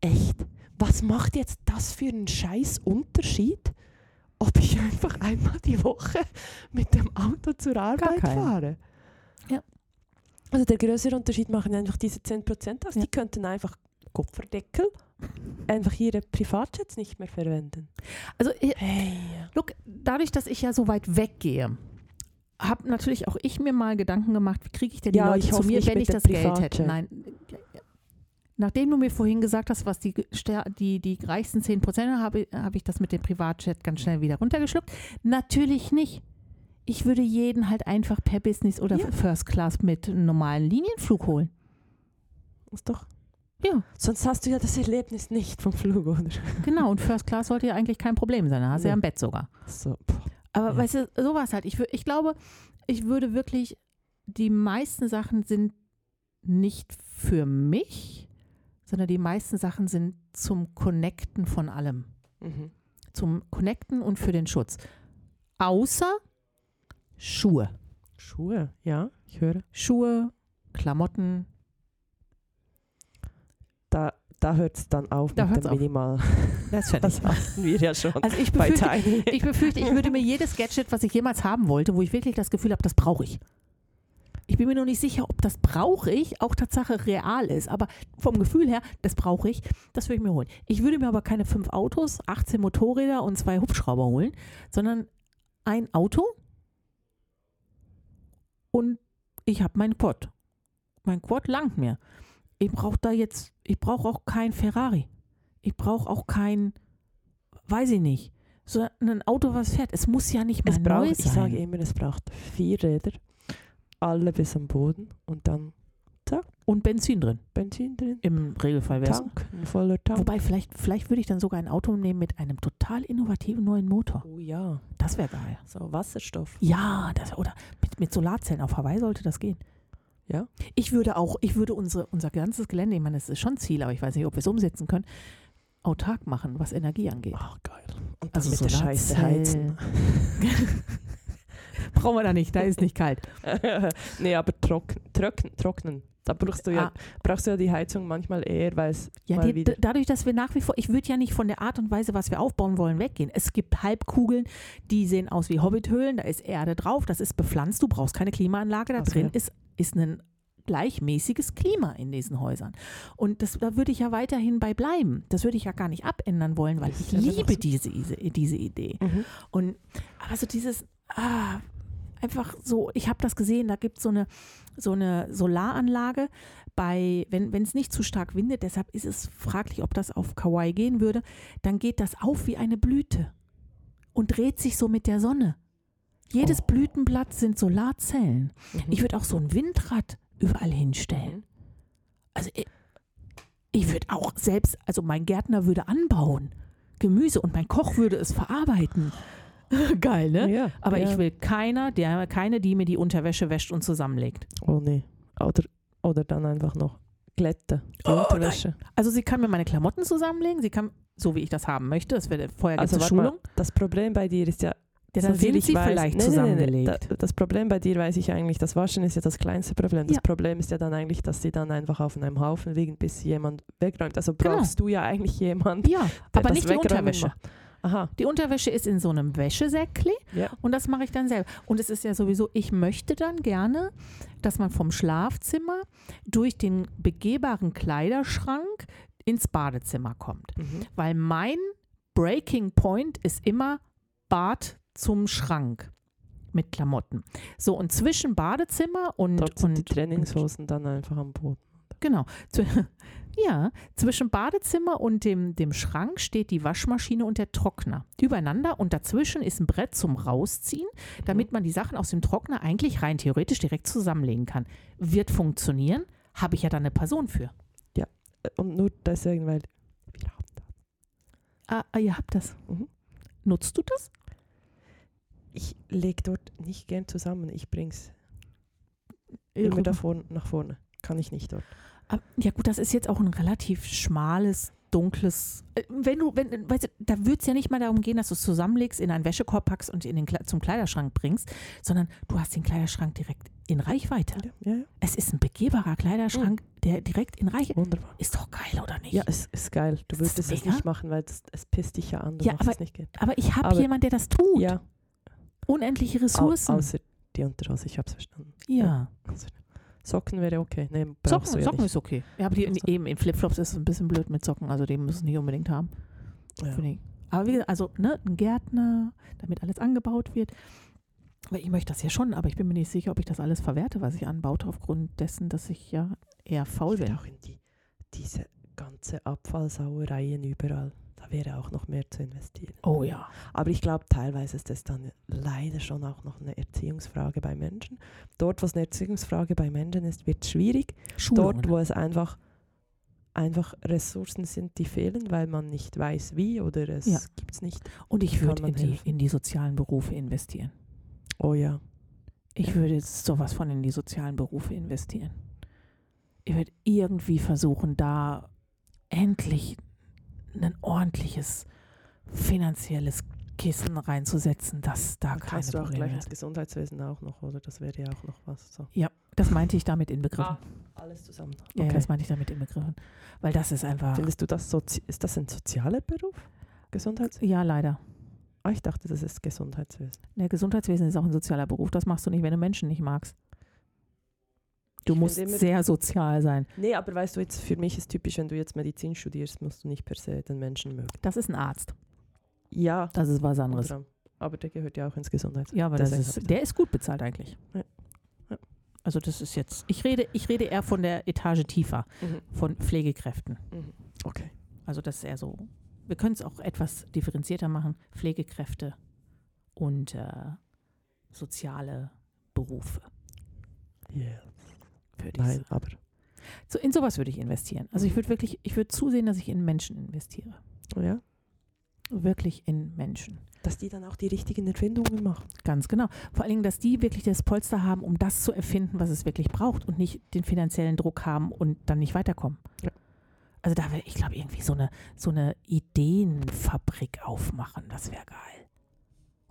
Speaker 1: echt, was macht jetzt das für einen scheiß Unterschied, ob ich einfach einmal die Woche mit dem Auto zur Arbeit
Speaker 2: keinen.
Speaker 1: fahre?
Speaker 2: Ja.
Speaker 1: Also der größere Unterschied machen einfach diese 10% aus.
Speaker 2: Ja.
Speaker 1: Die könnten einfach Kopferdeckel einfach ihre Privatjets nicht mehr verwenden.
Speaker 2: also ich-
Speaker 1: Hey.
Speaker 2: look, dadurch, dass ich ja so weit weggehe, habe natürlich auch ich mir mal Gedanken gemacht, wie kriege ich denn die
Speaker 1: Ja,
Speaker 2: Leute
Speaker 1: ich
Speaker 2: zu
Speaker 1: hoffe
Speaker 2: mir,
Speaker 1: nicht
Speaker 2: wenn
Speaker 1: mit
Speaker 2: ich
Speaker 1: dem
Speaker 2: das Geld hätte.
Speaker 1: Privatjet.
Speaker 2: Nein. Nachdem du mir vorhin gesagt hast, was die, Ster- die, die reichsten 10 Prozent habe, habe ich das mit dem Privatjet ganz schnell wieder runtergeschluckt. Natürlich nicht. Ich würde jeden halt einfach per Business oder
Speaker 1: Ja.
Speaker 2: First Class mit einem normalen Linienflug holen.
Speaker 1: Ist doch.
Speaker 2: Ja.
Speaker 1: Sonst hast du ja das Erlebnis nicht vom Flug, oder?
Speaker 2: Genau, und First Class sollte ja eigentlich kein Problem sein. Da hast du ja
Speaker 1: Nee.
Speaker 2: im Bett sogar.
Speaker 1: So.
Speaker 2: Aber
Speaker 1: Ja.
Speaker 2: weißt du, sowas halt. Ich, wür- ich glaube, ich würde wirklich, die meisten Sachen sind nicht für mich, sondern die meisten Sachen sind zum Connecten von allem.
Speaker 1: Mhm.
Speaker 2: Zum Connecten und für den Schutz. Außer Schuhe.
Speaker 1: Schuhe, ja, ich höre.
Speaker 2: Schuhe, Klamotten.
Speaker 1: Da, da hört es dann auf
Speaker 2: Da
Speaker 1: mit
Speaker 2: hört's
Speaker 1: dem
Speaker 2: auf.
Speaker 1: Minimal.
Speaker 2: Das fände
Speaker 1: Das hatten wir ja schon
Speaker 2: Also ich
Speaker 1: bei
Speaker 2: befürchte,
Speaker 1: Tiny.
Speaker 2: ich befürchte, ich würde mir jedes Gadget, was ich jemals haben wollte, wo ich wirklich das Gefühl habe, das brauche ich. Ich bin mir noch nicht sicher, ob das brauche ich auch Tatsache real ist. Aber vom Gefühl her, das brauche ich, das würde ich mir holen. Ich würde mir aber keine fünf Autos, 18 Motorräder und zwei Hubschrauber holen, sondern ein Auto und ich habe mein Quad. Mein Quad langt mir. Ich brauche da jetzt, ich brauche auch kein Ferrari. Ich brauche auch kein, weiß ich nicht, so ein Auto, was fährt. Es muss ja nicht mal
Speaker 1: Es
Speaker 2: neu
Speaker 1: braucht,
Speaker 2: sein.
Speaker 1: ich sage immer, es braucht vier Räder, alle bis am Boden und dann
Speaker 2: und Benzin drin.
Speaker 1: Benzin drin,
Speaker 2: Im Regelfall wäre es.
Speaker 1: Tank, ein voller Tank.
Speaker 2: Wobei, vielleicht, vielleicht würde ich dann sogar ein Auto nehmen mit einem total innovativen neuen Motor.
Speaker 1: oh ja,
Speaker 2: Das wäre geil.
Speaker 1: so Wasserstoff.
Speaker 2: Ja, das, oder mit, mit Solarzellen auf Hawaii sollte das gehen.
Speaker 1: Ja.
Speaker 2: Ich würde auch, ich würde unsere, unser ganzes Gelände, ich meine, das ist schon Ziel, aber ich weiß nicht, ob wir es umsetzen können, autark machen, was Energie angeht.
Speaker 1: Ach geil. Und
Speaker 2: Also
Speaker 1: also mit der Scheiße heizen.
Speaker 2: Brauchen wir da nicht, da ist nicht kalt.
Speaker 1: nee, aber trocken, trocken, trocknen. Da brauchst du, ja,
Speaker 2: Ah.
Speaker 1: brauchst du ja die Heizung manchmal eher, weil es
Speaker 2: Ja,
Speaker 1: mal
Speaker 2: die,
Speaker 1: wieder...
Speaker 2: d- dadurch, dass wir nach wie vor, ich würde ja nicht von der Art und Weise, was wir aufbauen wollen, weggehen. Es gibt Halbkugeln, die sehen aus wie Hobbithöhlen, da ist Erde drauf, das ist bepflanzt, du brauchst keine Klimaanlage, da
Speaker 1: Ach so,
Speaker 2: drin
Speaker 1: ja.
Speaker 2: ist, ist ein gleichmäßiges Klima in diesen Häusern. Und das, da würde ich ja weiterhin bei bleiben. Das würde ich ja gar nicht abändern wollen, weil
Speaker 1: Das
Speaker 2: ich
Speaker 1: ist ja dann auch
Speaker 2: liebe
Speaker 1: so.
Speaker 2: diese, diese, diese Idee.
Speaker 1: Mhm.
Speaker 2: Und aber so dieses, ah, einfach so, ich habe das gesehen, da gibt so es eine, so eine Solaranlage bei, wenn es nicht zu stark windet, deshalb ist es fraglich, ob das auf Kauai gehen würde, dann geht das auf wie eine Blüte und dreht sich so mit der Sonne. Jedes
Speaker 1: Oh.
Speaker 2: Blütenblatt sind Solarzellen.
Speaker 1: Mhm.
Speaker 2: Ich würde auch so ein Windrad überall hinstellen. Also ich, ich würde auch selbst, also mein Gärtner würde anbauen. Gemüse und mein Koch würde es verarbeiten. Geil, ne?
Speaker 1: ja,
Speaker 2: Aber
Speaker 1: ja.
Speaker 2: ich will keiner, der keine, die mir die Unterwäsche wäscht und zusammenlegt.
Speaker 1: Oh nee. Oder, oder dann einfach noch glätten. die
Speaker 2: Oh, nein.
Speaker 1: Unterwäsche.
Speaker 2: Also sie kann mir meine Klamotten zusammenlegen, sie kann, so wie ich das haben möchte, das wäre vorher gibt's
Speaker 1: Also
Speaker 2: eine
Speaker 1: warte
Speaker 2: Schulung,
Speaker 1: mal, das Problem bei dir ist ja,
Speaker 2: ja, dann
Speaker 1: soviel
Speaker 2: sind
Speaker 1: ich
Speaker 2: sie
Speaker 1: weiß-
Speaker 2: vielleicht
Speaker 1: Nee, nee, nee, nee,
Speaker 2: zusammengelegt.
Speaker 1: da- das Problem bei dir weiß ich eigentlich, das Waschen ist ja das kleinste Problem. Das
Speaker 2: Ja.
Speaker 1: Problem ist ja dann eigentlich, dass sie dann einfach auf einem Haufen liegen, bis jemand wegräumt. Also
Speaker 2: Genau.
Speaker 1: brauchst du ja eigentlich jemanden,
Speaker 2: Ja,
Speaker 1: der
Speaker 2: aber
Speaker 1: das
Speaker 2: nicht die
Speaker 1: Wegräumen
Speaker 2: Unterwäsche.
Speaker 1: macht. Aha,
Speaker 2: Die Unterwäsche ist in so einem Wäschesäckli
Speaker 1: ja.
Speaker 2: und das mache ich dann selber. Und es ist ja sowieso, ich möchte dann gerne, dass man vom Schlafzimmer durch den begehbaren Kleiderschrank ins Badezimmer kommt.
Speaker 1: Mhm.
Speaker 2: weil mein Breaking Point ist immer Bad zum Schrank mit Klamotten. So, und zwischen Badezimmer und,
Speaker 1: Dort sind
Speaker 2: und
Speaker 1: die Trainingshosen dann einfach am Boden.
Speaker 2: Genau. Zw- Ja, zwischen Badezimmer und dem, dem Schrank steht die Waschmaschine und der Trockner übereinander und dazwischen ist ein Brett zum Rausziehen, damit man die Sachen aus dem Trockner eigentlich rein theoretisch direkt zusammenlegen kann. Wird funktionieren, habe ich ja dann eine Person für.
Speaker 1: Äh, Und nur deswegen, weil wir haben das.
Speaker 2: Ah, ah, ihr habt das.
Speaker 1: Mhm.
Speaker 2: Nutzt du das?
Speaker 1: Ich lege dort nicht gern zusammen. Ich bring's immer davon nach vorne. Kann ich nicht dort.
Speaker 2: Ab- Ja gut, das ist jetzt auch ein relativ schmales, dunkles. äh, Wenn du, wenn, weißt du, da wird es ja nicht mal darum gehen, dass du es zusammenlegst, in einen Wäschekorb packst und in den Kle zum Kleiderschrank bringst, sondern du hast den Kleiderschrank direkt in Reichweite.
Speaker 1: Ja, ja, ja.
Speaker 2: Es ist ein begehbarer Kleiderschrank, der direkt in Reichweite.
Speaker 1: wunderbar.
Speaker 2: Ist doch geil, oder nicht?
Speaker 1: Ja, es ist geil. Du
Speaker 2: Ist das
Speaker 1: würdest es
Speaker 2: mega?
Speaker 1: nicht machen, weil das, es pisst dich ja an. Du
Speaker 2: Ja,
Speaker 1: machst
Speaker 2: aber-
Speaker 1: es nicht gern.
Speaker 2: Aber ich habe
Speaker 1: Aber-
Speaker 2: jemanden, der das tut.
Speaker 1: Ja,
Speaker 2: Unendliche
Speaker 1: au,
Speaker 2: Ressourcen.
Speaker 1: außer die Unterhose. Ich hab's verstanden.
Speaker 2: ja.
Speaker 1: Socken wäre okay. Nee, brauchst
Speaker 2: genau. Socken,
Speaker 1: du ja
Speaker 2: Socken
Speaker 1: nicht.
Speaker 2: ist okay. Ja, aber die, in, eben in Flipflops ist es ein bisschen blöd mit Socken, also die müssen nicht unbedingt haben.
Speaker 1: Ja.
Speaker 2: Finde ich. Aber wie gesagt, also ne, ein Gärtner, damit alles angebaut wird. Weil ich möchte das ja schon, aber ich bin mir nicht sicher, ob ich das alles verwerte, was ich anbaute, aufgrund dessen, dass ich ja eher faul
Speaker 1: Ich würde
Speaker 2: bin.
Speaker 1: auch in die, diese ganze Abfallsauereien überall. Da wäre auch noch mehr zu investieren.
Speaker 2: Oh ja.
Speaker 1: Aber ich glaube, teilweise ist das dann leider schon auch noch eine Erziehungsfrage bei Menschen. Dort, wo es eine Erziehungsfrage bei Menschen ist, wird es schwierig.
Speaker 2: Schulungen.
Speaker 1: Dort, wo es einfach, einfach Ressourcen sind, die fehlen, weil man nicht weiß, wie oder es
Speaker 2: Ja.
Speaker 1: gibt's gibt es nicht.
Speaker 2: Und ich
Speaker 1: kann
Speaker 2: würde
Speaker 1: man
Speaker 2: in die,
Speaker 1: helfen.
Speaker 2: in die sozialen Berufe investieren.
Speaker 1: Oh ja.
Speaker 2: Ich würde jetzt sowas von in die sozialen Berufe investieren. Ich würde irgendwie versuchen, da endlich ein ordentliches finanzielles Kissen reinzusetzen, dass da
Speaker 1: Dann
Speaker 2: keine
Speaker 1: kannst du auch
Speaker 2: Probleme
Speaker 1: gleich ins Gesundheitswesen auch noch, oder? Das wäre ja auch noch was. So.
Speaker 2: Ja, das meinte ich damit inbegriffen.
Speaker 1: Alles zusammen.
Speaker 2: Ja, ja,
Speaker 1: Okay.
Speaker 2: das meinte ich damit inbegriffen. Weil das ist einfach.
Speaker 1: Findest du das sozi ist das ein sozialer Beruf? Gesundheits?
Speaker 2: Ja, leider.
Speaker 1: Ah, ich dachte, das ist Gesundheitswesen.
Speaker 2: Der Gesundheitswesen ist auch ein sozialer Beruf. Das machst du nicht, wenn du Menschen nicht magst. Du
Speaker 1: Ich
Speaker 2: musst
Speaker 1: finde immer-
Speaker 2: sehr sozial sein.
Speaker 1: Nee, aber weißt du, jetzt für mich ist typisch, wenn du jetzt Medizin studierst, musst du nicht per se den Menschen mögen.
Speaker 2: Das ist ein Arzt.
Speaker 1: Ja,
Speaker 2: Das ist was anderes.
Speaker 1: Programm. Aber der gehört ja auch ins Gesundheitswesen.
Speaker 2: Ja, aber das
Speaker 1: Deswegen hab
Speaker 2: ist,
Speaker 1: ich
Speaker 2: der ist gut bezahlt eigentlich.
Speaker 1: Ja. Ja.
Speaker 2: Also das ist jetzt, ich rede, ich rede eher von der Etage tiefer,
Speaker 1: Mhm.
Speaker 2: von Pflegekräften.
Speaker 1: Okay.
Speaker 2: Also das ist eher so, wir können es auch etwas differenzierter machen, Pflegekräfte und äh, soziale Berufe.
Speaker 1: Yeah.
Speaker 2: Würde ich
Speaker 1: Nein, aber
Speaker 2: So, in sowas würde ich investieren. Also
Speaker 1: Mhm.
Speaker 2: ich würde wirklich, ich würde zusehen, dass ich in Menschen investiere.
Speaker 1: ja,
Speaker 2: Wirklich in Menschen.
Speaker 1: dass die dann auch die richtigen Erfindungen machen.
Speaker 2: Ganz genau. Vor allen Dingen, dass die wirklich das Polster haben, um das zu erfinden, was es wirklich braucht und nicht den finanziellen Druck haben und dann nicht weiterkommen.
Speaker 1: Ja.
Speaker 2: Also da will ich, glaube irgendwie so eine, so eine Ideenfabrik aufmachen. Das wäre geil.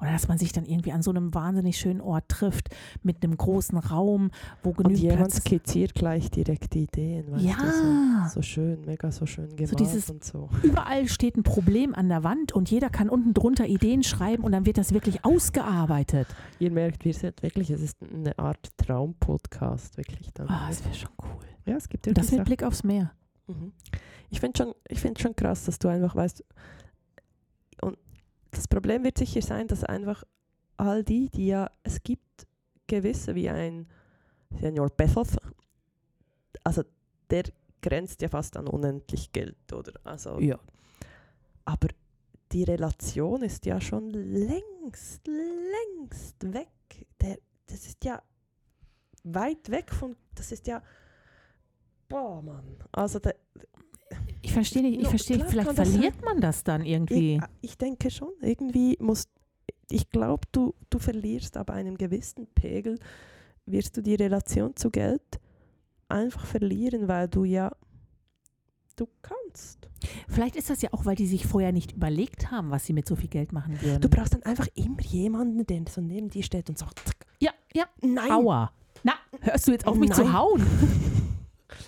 Speaker 2: Oder dass man sich dann irgendwie an so einem wahnsinnig schönen Ort trifft, mit einem großen Raum, wo
Speaker 1: Und
Speaker 2: genügend
Speaker 1: jemand
Speaker 2: Platz ist.
Speaker 1: skizziert gleich direkt die Ideen, weißt du, so.
Speaker 2: Ja,
Speaker 1: So schön, mega so schön gemalt
Speaker 2: dieses-
Speaker 1: und so.
Speaker 2: überall steht ein Problem an der Wand und jeder kann unten drunter Ideen schreiben und dann wird das wirklich ausgearbeitet.
Speaker 1: Ihr merkt, wir sind wirklich, es ist eine Art Traumpodcast, wirklich. Dann.
Speaker 2: Ah, das wäre schon cool.
Speaker 1: ja, es gibt
Speaker 2: Und das
Speaker 1: wirklich
Speaker 2: mit Blick aufs Meer.
Speaker 1: Mhm. Ich finde schon, ich find schon krass, dass du einfach weißt, und das Problem wird sicher sein, dass einfach all die, die ja, es gibt gewisse wie ein Senior Bezos, also der grenzt ja fast an unendlich Geld, oder? Also,
Speaker 2: Ja.
Speaker 1: Aber die Relation ist ja schon längst, längst weg. Der, das ist ja weit weg von, das ist ja, boah, Mann. Also, der,
Speaker 2: Ich verstehe nicht, ich
Speaker 1: No,
Speaker 2: verstehe,
Speaker 1: klar
Speaker 2: vielleicht
Speaker 1: kann das
Speaker 2: verliert man das dann irgendwie.
Speaker 1: Ich, ah, ich denke schon, irgendwie musst, ich glaube, du, du verlierst ab einem gewissen Pegel, wirst du die Relation zu Geld einfach verlieren, weil du ja, du kannst.
Speaker 2: Vielleicht ist das ja auch, weil die sich vorher nicht überlegt haben, was sie mit so viel Geld machen würden.
Speaker 1: Du brauchst dann einfach immer jemanden, der so neben dir steht und sagt, zack,
Speaker 2: ja, ja.
Speaker 1: nein,
Speaker 2: Aua. Na, hörst du jetzt auf mich zu
Speaker 1: Nein.
Speaker 2: hauen?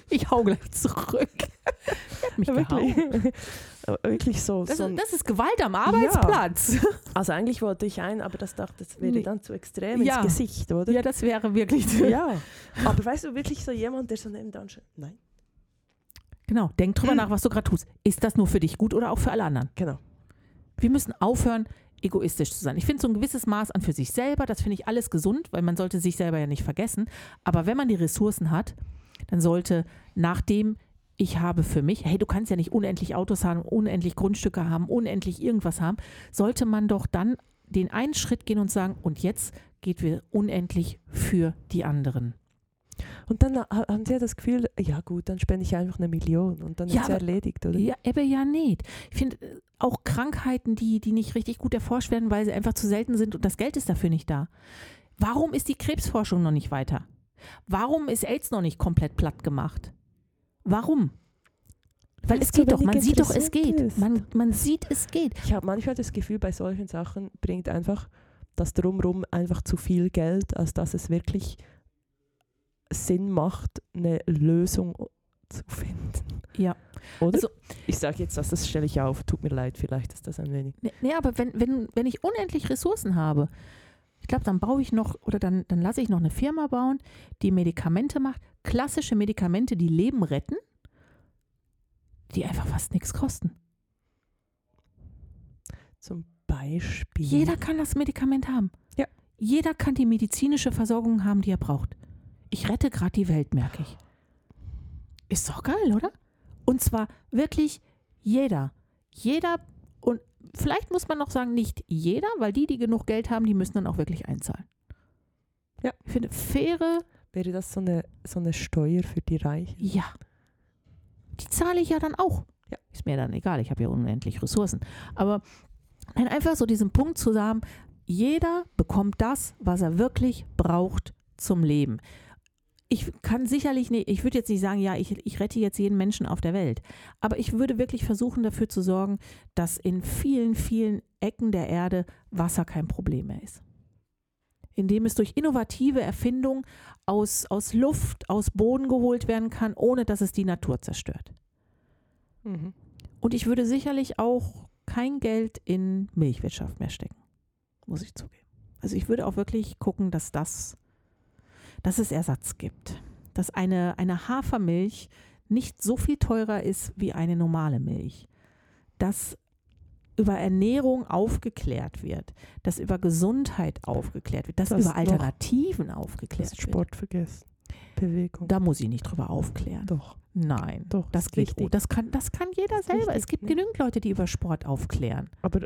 Speaker 2: Ich hau gleich zurück. Ich hab mich
Speaker 1: wirklich.
Speaker 2: gehauen.
Speaker 1: wirklich so.
Speaker 2: Das,
Speaker 1: so
Speaker 2: ist-
Speaker 1: ein,
Speaker 2: das ist Gewalt am Arbeitsplatz.
Speaker 1: also eigentlich wollte ich ein, aber das dachte, das wäre
Speaker 2: Nee.
Speaker 1: dann zu extrem
Speaker 2: Ja.
Speaker 1: ins Gesicht, oder?
Speaker 2: Ja, das wäre wirklich.
Speaker 1: ja. Aber weißt du, wirklich so jemand, der so nebenan steht, nein.
Speaker 2: Genau. Denk drüber nach, was du gerade tust. Ist das nur für dich gut oder auch für alle anderen?
Speaker 1: Genau.
Speaker 2: Wir müssen aufhören, egoistisch zu sein. Ich finde so ein gewisses Maß an für sich selber, das finde ich alles gesund, weil man sollte sich selber ja nicht vergessen. Aber wenn man die Ressourcen hat, dann sollte nach dem ich habe für mich, hey, du kannst ja nicht unendlich Autos haben, unendlich Grundstücke haben, unendlich irgendwas haben, sollte man doch dann den einen Schritt gehen und sagen, und jetzt geht wir unendlich für die anderen.
Speaker 1: Und dann ha- haben sie ja das Gefühl, ja gut, dann spende ich einfach eine Million und dann ist
Speaker 2: Ja,
Speaker 1: es
Speaker 2: aber-
Speaker 1: erledigt, oder?
Speaker 2: Ja, aber ja nicht. Ich finde äh, auch Krankheiten, die, die nicht richtig gut erforscht werden, weil sie einfach zu selten sind und das Geld ist dafür nicht da. Warum ist die Krebsforschung noch nicht weiter? Warum ist AIDS noch nicht komplett platt gemacht? Warum? Weil
Speaker 1: Weil's
Speaker 2: es
Speaker 1: zu
Speaker 2: geht doch, man
Speaker 1: wenig
Speaker 2: sieht doch, es
Speaker 1: interessant
Speaker 2: geht.
Speaker 1: ist.
Speaker 2: Man, man sieht, es geht.
Speaker 1: Ich habe manchmal das Gefühl, bei solchen Sachen bringt einfach das Drumrum einfach zu viel Geld, als dass es wirklich Sinn macht, eine Lösung zu finden.
Speaker 2: Ja.
Speaker 1: Oder?
Speaker 2: Also-
Speaker 1: ich sage jetzt das, das stelle ich auf. Tut mir leid, vielleicht ist das ein wenig.
Speaker 2: Nee, nee aber wenn, wenn, wenn ich unendlich Ressourcen habe, ich glaube, dann baue ich noch oder dann, dann lasse ich noch eine Firma bauen, die Medikamente macht, klassische Medikamente, die Leben retten, die einfach fast nichts kosten.
Speaker 1: Zum Beispiel.
Speaker 2: Jeder kann das Medikament haben.
Speaker 1: Ja.
Speaker 2: Jeder kann die medizinische Versorgung haben, die er braucht. Ich rette gerade die Welt, merke ich. Ist doch geil, oder? Und zwar wirklich jeder. Jeder und vielleicht muss man noch sagen, nicht jeder, weil die, die genug Geld haben, die müssen dann auch wirklich einzahlen.
Speaker 1: Ja.
Speaker 2: Ich finde, faire,
Speaker 1: Wäre das so eine, so eine Steuer für die Reichen?
Speaker 2: ja. Die zahle ich ja dann auch.
Speaker 1: Ja.
Speaker 2: Ist mir dann egal, ich habe ja unendlich Ressourcen. Aber nein, einfach so diesen Punkt zu sagen, jeder bekommt das, was er wirklich braucht zum Leben. Ich kann sicherlich nicht, ich würde jetzt nicht sagen, ja, ich, ich rette jetzt jeden Menschen auf der Welt. Aber ich würde wirklich versuchen, dafür zu sorgen, dass in vielen, vielen Ecken der Erde Wasser kein Problem mehr ist. Indem es durch innovative Erfindung aus, aus Luft, aus Boden geholt werden kann, ohne dass es die Natur zerstört.
Speaker 1: Mhm.
Speaker 2: Und ich würde sicherlich auch kein Geld in Milchwirtschaft mehr stecken, muss ich zugeben. Also ich würde auch wirklich gucken, dass das, dass es Ersatz gibt. Dass eine, eine Hafermilch nicht so viel teurer ist wie eine normale Milch. Dass über Ernährung aufgeklärt wird, dass über Gesundheit aufgeklärt wird, dass
Speaker 1: Du hast
Speaker 2: über
Speaker 1: noch-
Speaker 2: Alternativen
Speaker 1: Du
Speaker 2: aufgeklärt
Speaker 1: hast
Speaker 2: wird.
Speaker 1: Sport vergessen. Bewegung.
Speaker 2: Da muss ich nicht drüber aufklären.
Speaker 1: Doch.
Speaker 2: Nein,
Speaker 1: Doch,
Speaker 2: das
Speaker 1: ist
Speaker 2: geht.
Speaker 1: wichtig.
Speaker 2: oh, Das kann, das kann jeder
Speaker 1: Ist
Speaker 2: selber.
Speaker 1: wichtig,
Speaker 2: es gibt
Speaker 1: ne?
Speaker 2: genügend Leute, die über Sport aufklären.
Speaker 1: Aber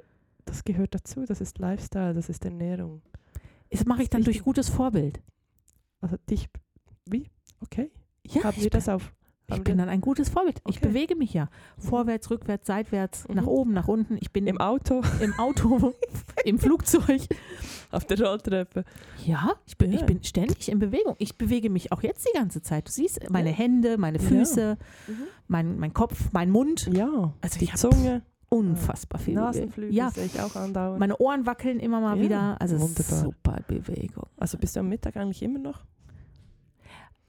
Speaker 1: das gehört dazu. Das ist Lifestyle, das ist Ernährung.
Speaker 2: Das mache ich
Speaker 1: Ist
Speaker 2: dann durch
Speaker 1: wichtig.
Speaker 2: gutes Vorbild.
Speaker 1: Also dich. Wie? Okay.
Speaker 2: Ja,
Speaker 1: haben
Speaker 2: ich
Speaker 1: wir
Speaker 2: bin-
Speaker 1: das auf?
Speaker 2: Ich
Speaker 1: haben
Speaker 2: bin
Speaker 1: wir-
Speaker 2: dann ein gutes Vorbild. Ich
Speaker 1: Okay.
Speaker 2: bewege mich ja. Vorwärts, rückwärts, seitwärts,
Speaker 1: Mhm.
Speaker 2: nach oben, nach unten. Ich bin
Speaker 1: im
Speaker 2: im,
Speaker 1: Auto,
Speaker 2: im Auto, im Flugzeug.
Speaker 1: auf der Rolltreppe.
Speaker 2: Ja, ich bin, ich
Speaker 1: Ja.
Speaker 2: bin ständig in Bewegung. Ich bewege mich auch jetzt die ganze Zeit. Du siehst meine
Speaker 1: Ja.
Speaker 2: Hände, meine
Speaker 1: Ja.
Speaker 2: Füße,
Speaker 1: Mhm.
Speaker 2: mein, mein Kopf, mein Mund.
Speaker 1: Ja.
Speaker 2: Also
Speaker 1: Die
Speaker 2: ich hab
Speaker 1: Zunge,
Speaker 2: Unfassbar viel.
Speaker 1: Nasenflügel
Speaker 2: Ja,
Speaker 1: sehe ich auch andauernd.
Speaker 2: meine Ohren wackeln immer mal
Speaker 1: Ja,
Speaker 2: wieder. Also es ist
Speaker 1: wunderbar.
Speaker 2: super Bewegung.
Speaker 1: also bist du am Mittag eigentlich immer noch?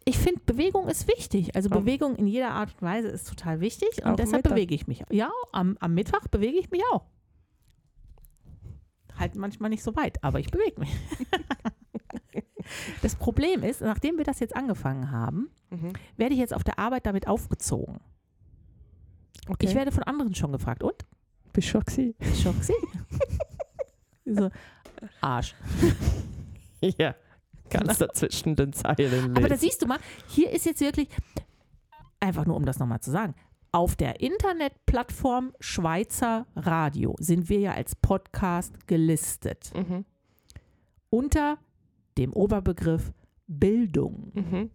Speaker 2: Ich finde, Bewegung ist wichtig. Also
Speaker 1: Auch-
Speaker 2: Bewegung in jeder Art und Weise ist total wichtig. Und
Speaker 1: Auch am
Speaker 2: deshalb
Speaker 1: Mittag?
Speaker 2: bewege ich mich. Ja, am, am Mittag bewege ich mich auch. Halt manchmal nicht so weit, aber ich bewege mich. das Problem ist, nachdem wir das jetzt angefangen haben, werde ich jetzt auf der Arbeit damit aufgezogen.
Speaker 1: Okay.
Speaker 2: Ich werde von anderen schon gefragt. Und?
Speaker 1: Bist schon gewesen?
Speaker 2: Schoxi? so, Arsch.
Speaker 1: Ja. Ganz dazwischen den Zeilen.
Speaker 2: Aber da
Speaker 1: lesen.
Speaker 2: siehst du mal, hier ist jetzt wirklich, einfach nur um das nochmal zu sagen, auf der Internetplattform Schweizer Radio sind wir ja als Podcast gelistet
Speaker 1: Mhm.
Speaker 2: unter dem Oberbegriff Bildung.
Speaker 1: Mhm.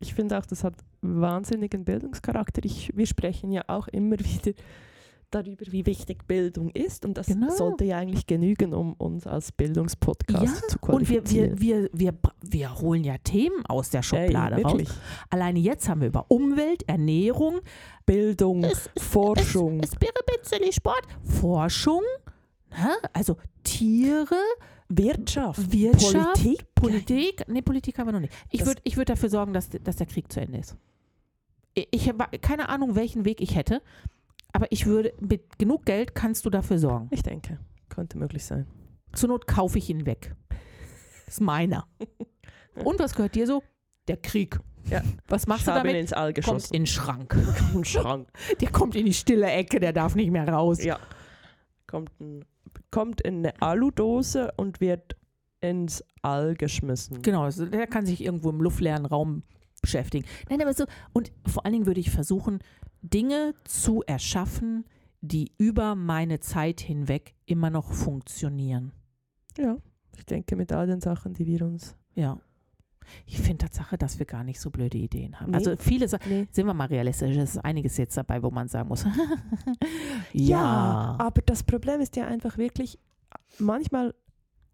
Speaker 1: Ich finde auch, das hat wahnsinnigen Bildungscharakter. Ich, wir sprechen ja auch immer wieder darüber, wie wichtig Bildung ist. Und das
Speaker 2: Genau.
Speaker 1: sollte ja eigentlich genügen, um uns als Bildungspodcast
Speaker 2: Ja,
Speaker 1: zu
Speaker 2: Und wir,
Speaker 1: qualifizieren.
Speaker 2: wir, wir, wir, wir holen ja Themen aus der
Speaker 1: Ey,
Speaker 2: Schublade raus.
Speaker 1: wirklich.
Speaker 2: Alleine jetzt haben wir über Umwelt, Ernährung,
Speaker 1: Bildung, Forschung.
Speaker 2: Es wäre bitzeli Sport. Forschung, ne? also Tiere,
Speaker 1: Wirtschaft,
Speaker 2: Wirtschaft,
Speaker 1: Politik.
Speaker 2: Politik. Nee, Politik haben wir noch nicht. Ich
Speaker 1: Das-
Speaker 2: würde ich würd dafür sorgen, dass, dass der Krieg zu Ende ist. Ich, ich habe keine Ahnung, welchen Weg ich hätte, aber ich würde, mit genug Geld kannst du dafür sorgen.
Speaker 1: Ich denke, könnte möglich sein.
Speaker 2: Zur Not kaufe ich ihn weg. Ist meiner. Und was gehört dir so? Der Krieg.
Speaker 1: Ja.
Speaker 2: Was machst
Speaker 1: Schwaben
Speaker 2: du damit?
Speaker 1: ins All
Speaker 2: Kommt
Speaker 1: geschossen.
Speaker 2: in den Schrank.
Speaker 1: Ein Schrank.
Speaker 2: Der kommt in die stille Ecke, der darf nicht mehr raus.
Speaker 1: Ja. Kommt, ein, kommt in eine Aludose und wird ins All geschmissen.
Speaker 2: Genau, also der kann sich irgendwo im luftleeren Raum beschäftigen. Nein, aber so, und vor allen Dingen würde ich versuchen, Dinge zu erschaffen, die über meine Zeit hinweg immer noch funktionieren.
Speaker 1: Ja, ich denke mit all den Sachen, die wir uns.
Speaker 2: Ja. Ich finde Tatsache, dass wir gar nicht so blöde Ideen haben.
Speaker 1: Nee.
Speaker 2: Also viele Sachen,
Speaker 1: Nee.
Speaker 2: sind wir mal realistisch, es ist einiges jetzt dabei, wo man sagen muss,
Speaker 1: Ja,
Speaker 2: ja,
Speaker 1: aber das Problem ist ja einfach wirklich, manchmal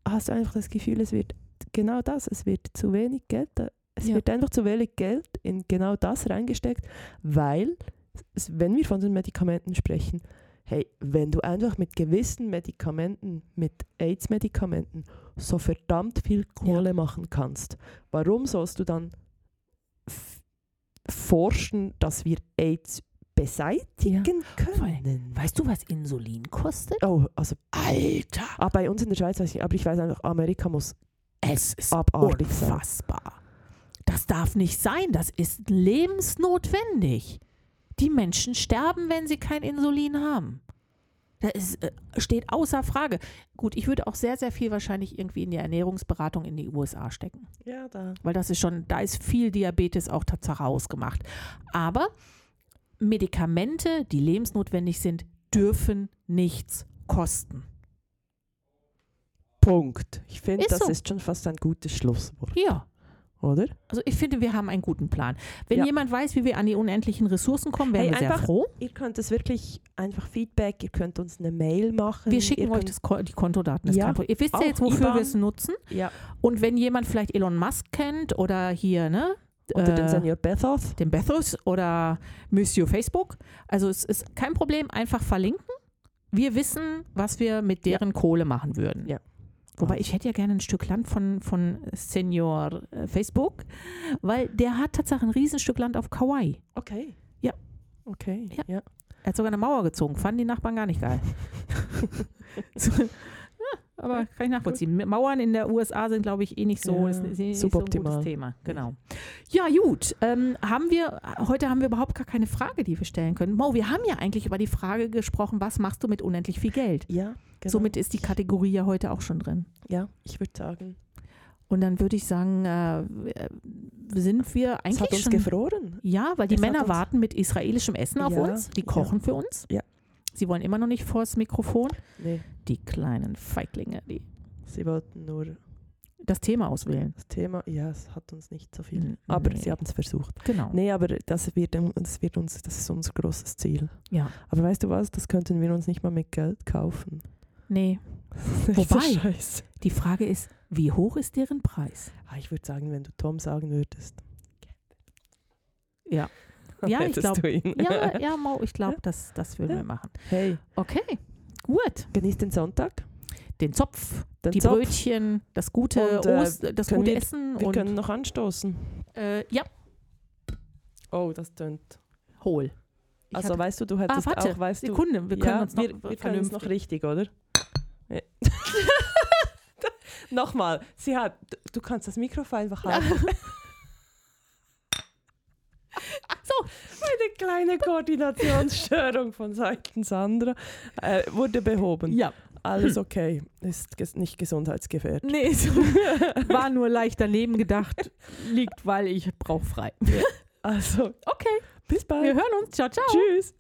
Speaker 1: hast du einfach das Gefühl, es wird genau das, es wird zu wenig Geld, da- es
Speaker 2: Ja.
Speaker 1: wird einfach zu wenig Geld in genau das reingesteckt, weil, es, wenn wir von den Medikamenten sprechen, hey, wenn du einfach mit gewissen Medikamenten, mit AIDS-Medikamenten, so verdammt viel Kohle machen kannst, warum sollst du dann f- forschen, dass wir AIDS beseitigen
Speaker 2: Voll.
Speaker 1: können?
Speaker 2: weißt du, was Insulin kostet?
Speaker 1: Oh, also
Speaker 2: Alter,
Speaker 1: ah, bei uns in der Schweiz weiß ich nicht, aber ich weiß einfach, Amerika muss
Speaker 2: es ist
Speaker 1: abartig sein.
Speaker 2: Unfassbar. Das darf nicht sein. Das ist lebensnotwendig. Die Menschen sterben, wenn sie kein Insulin haben. Das ist, äh, steht außer Frage. Gut, ich würde auch sehr, sehr viel wahrscheinlich irgendwie in die Ernährungsberatung in die USA stecken.
Speaker 1: Ja, da.
Speaker 2: Weil das ist schon, da ist viel Diabetes auch Tatsache ausgemacht. Aber Medikamente, die lebensnotwendig sind, dürfen nichts kosten.
Speaker 1: Punkt. Ich finde,
Speaker 2: Ist
Speaker 1: das
Speaker 2: so.
Speaker 1: ist schon fast ein gutes Schlusswort,
Speaker 2: Ja.
Speaker 1: oder?
Speaker 2: Also ich finde, wir haben einen guten Plan. Wenn
Speaker 1: Ja.
Speaker 2: jemand weiß, wie wir an die unendlichen Ressourcen kommen, wären
Speaker 1: Hey,
Speaker 2: wir sehr
Speaker 1: einfach
Speaker 2: froh.
Speaker 1: Ihr könnt es wirklich einfach Feedback, ihr könnt uns eine Mail machen.
Speaker 2: Wir schicken
Speaker 1: Hm, ihr
Speaker 2: euch
Speaker 1: könnt-
Speaker 2: das, Ko- die Kontodaten. Das
Speaker 1: Ja.
Speaker 2: ja. Ihr wisst ja
Speaker 1: Auch
Speaker 2: jetzt, wofür
Speaker 1: IBAN.
Speaker 2: wir es nutzen.
Speaker 1: Ja,
Speaker 2: Und wenn jemand vielleicht Elon Musk kennt oder hier, ne?
Speaker 1: unter
Speaker 2: äh,
Speaker 1: den Senior Bethoff.
Speaker 2: den Bethos oder Monsieur Facebook. Also es ist kein Problem, einfach verlinken. wir wissen, was wir mit deren Kohle machen würden.
Speaker 1: Ja.
Speaker 2: Wobei ich hätte ja gerne ein Stück Land von, von Senior äh, Facebook, weil der hat tatsächlich ein Riesenstück Land auf Kauai.
Speaker 1: Okay.
Speaker 2: Ja.
Speaker 1: Okay.
Speaker 2: Ja.
Speaker 1: ja.
Speaker 2: Er hat sogar eine Mauer gezogen, fanden die Nachbarn gar nicht geil. so, ja, aber kann ich nachvollziehen. Mauern in der USA sind, glaube ich, eh nicht so,
Speaker 1: Ja,
Speaker 2: ist, ist eh nicht so ein
Speaker 1: suboptimal.
Speaker 2: gutes Thema. Genau. Ja, gut. Ähm, haben wir, heute haben wir überhaupt gar keine Frage, die wir stellen können. Mo, wir haben ja eigentlich über die Frage gesprochen, was machst du mit unendlich viel Geld?
Speaker 1: Ja, genau.
Speaker 2: Somit ist die Kategorie ja heute auch schon drin.
Speaker 1: ja, ich würde sagen,
Speaker 2: Und dann würde ich sagen, äh, äh, sind wir
Speaker 1: es
Speaker 2: eigentlich
Speaker 1: hat uns
Speaker 2: schon
Speaker 1: gefroren.
Speaker 2: Ja, weil die
Speaker 1: Es hat
Speaker 2: Männer
Speaker 1: uns-
Speaker 2: warten mit israelischem Essen auf
Speaker 1: Ja,
Speaker 2: uns. Die
Speaker 1: ja.
Speaker 2: kochen für uns.
Speaker 1: Ja.
Speaker 2: Sie wollen immer noch nicht vors Mikrofon.
Speaker 1: Nee,
Speaker 2: Die kleinen Feiglinge, die
Speaker 1: sie wollten nur
Speaker 2: das Thema auswählen.
Speaker 1: das Thema, ja, es hat uns nicht so viel.
Speaker 2: Mm,
Speaker 1: Aber
Speaker 2: nee.
Speaker 1: sie haben es versucht.
Speaker 2: Genau.
Speaker 1: Nee, aber das wird, das wird uns, das ist unser großes Ziel.
Speaker 2: Ja.
Speaker 1: Aber weißt du was, das könnten wir uns nicht mal mit Geld kaufen.
Speaker 2: Nee. Wobei-
Speaker 1: Wobei. Scheiße.
Speaker 2: Die Frage ist, wie hoch ist deren Preis?
Speaker 1: Ah, ich würde sagen, wenn du Tom sagen würdest.
Speaker 2: Ja.
Speaker 1: dann
Speaker 2: Ja, ich
Speaker 1: hättest
Speaker 2: glaub-
Speaker 1: du ihn.
Speaker 2: Ja, ja, Mau, ich glaube, das, das würden
Speaker 1: Ja.
Speaker 2: wir machen.
Speaker 1: Hey,
Speaker 2: Okay, gut.
Speaker 1: genieß den Sonntag.
Speaker 2: Den Zopf,
Speaker 1: Den
Speaker 2: die
Speaker 1: Zopf.
Speaker 2: Brötchen, das gute,
Speaker 1: Und, äh,
Speaker 2: Ost, das
Speaker 1: können
Speaker 2: gute
Speaker 1: wir-
Speaker 2: Essen
Speaker 1: Wir
Speaker 2: und
Speaker 1: können noch anstoßen.
Speaker 2: äh, ja,
Speaker 1: Oh, das tönt.
Speaker 2: hol. Ich
Speaker 1: Also
Speaker 2: hab-
Speaker 1: weißt du, du hättest
Speaker 2: warte,
Speaker 1: auch, weißt du,
Speaker 2: Sekunde, wir können
Speaker 1: ja,
Speaker 2: uns noch
Speaker 1: wir, wir können es noch richtig, oder? Ja. Nochmal, sie hat, du- du kannst das Mikrofon einfach halten.
Speaker 2: So,
Speaker 1: Eine kleine Koordinationsstörung von Seiten Sandra äh, wurde behoben.
Speaker 2: ja.
Speaker 1: Alles okay, ist ges nicht gesundheitsgefährdend.
Speaker 2: Nee, es war nur leicht daneben gedacht. Liegt, weil ich brauche frei.
Speaker 1: Also,
Speaker 2: Okay,
Speaker 1: bis
Speaker 2: wir
Speaker 1: bald.
Speaker 2: hören uns. Ciao, ciao.
Speaker 1: Tschüss.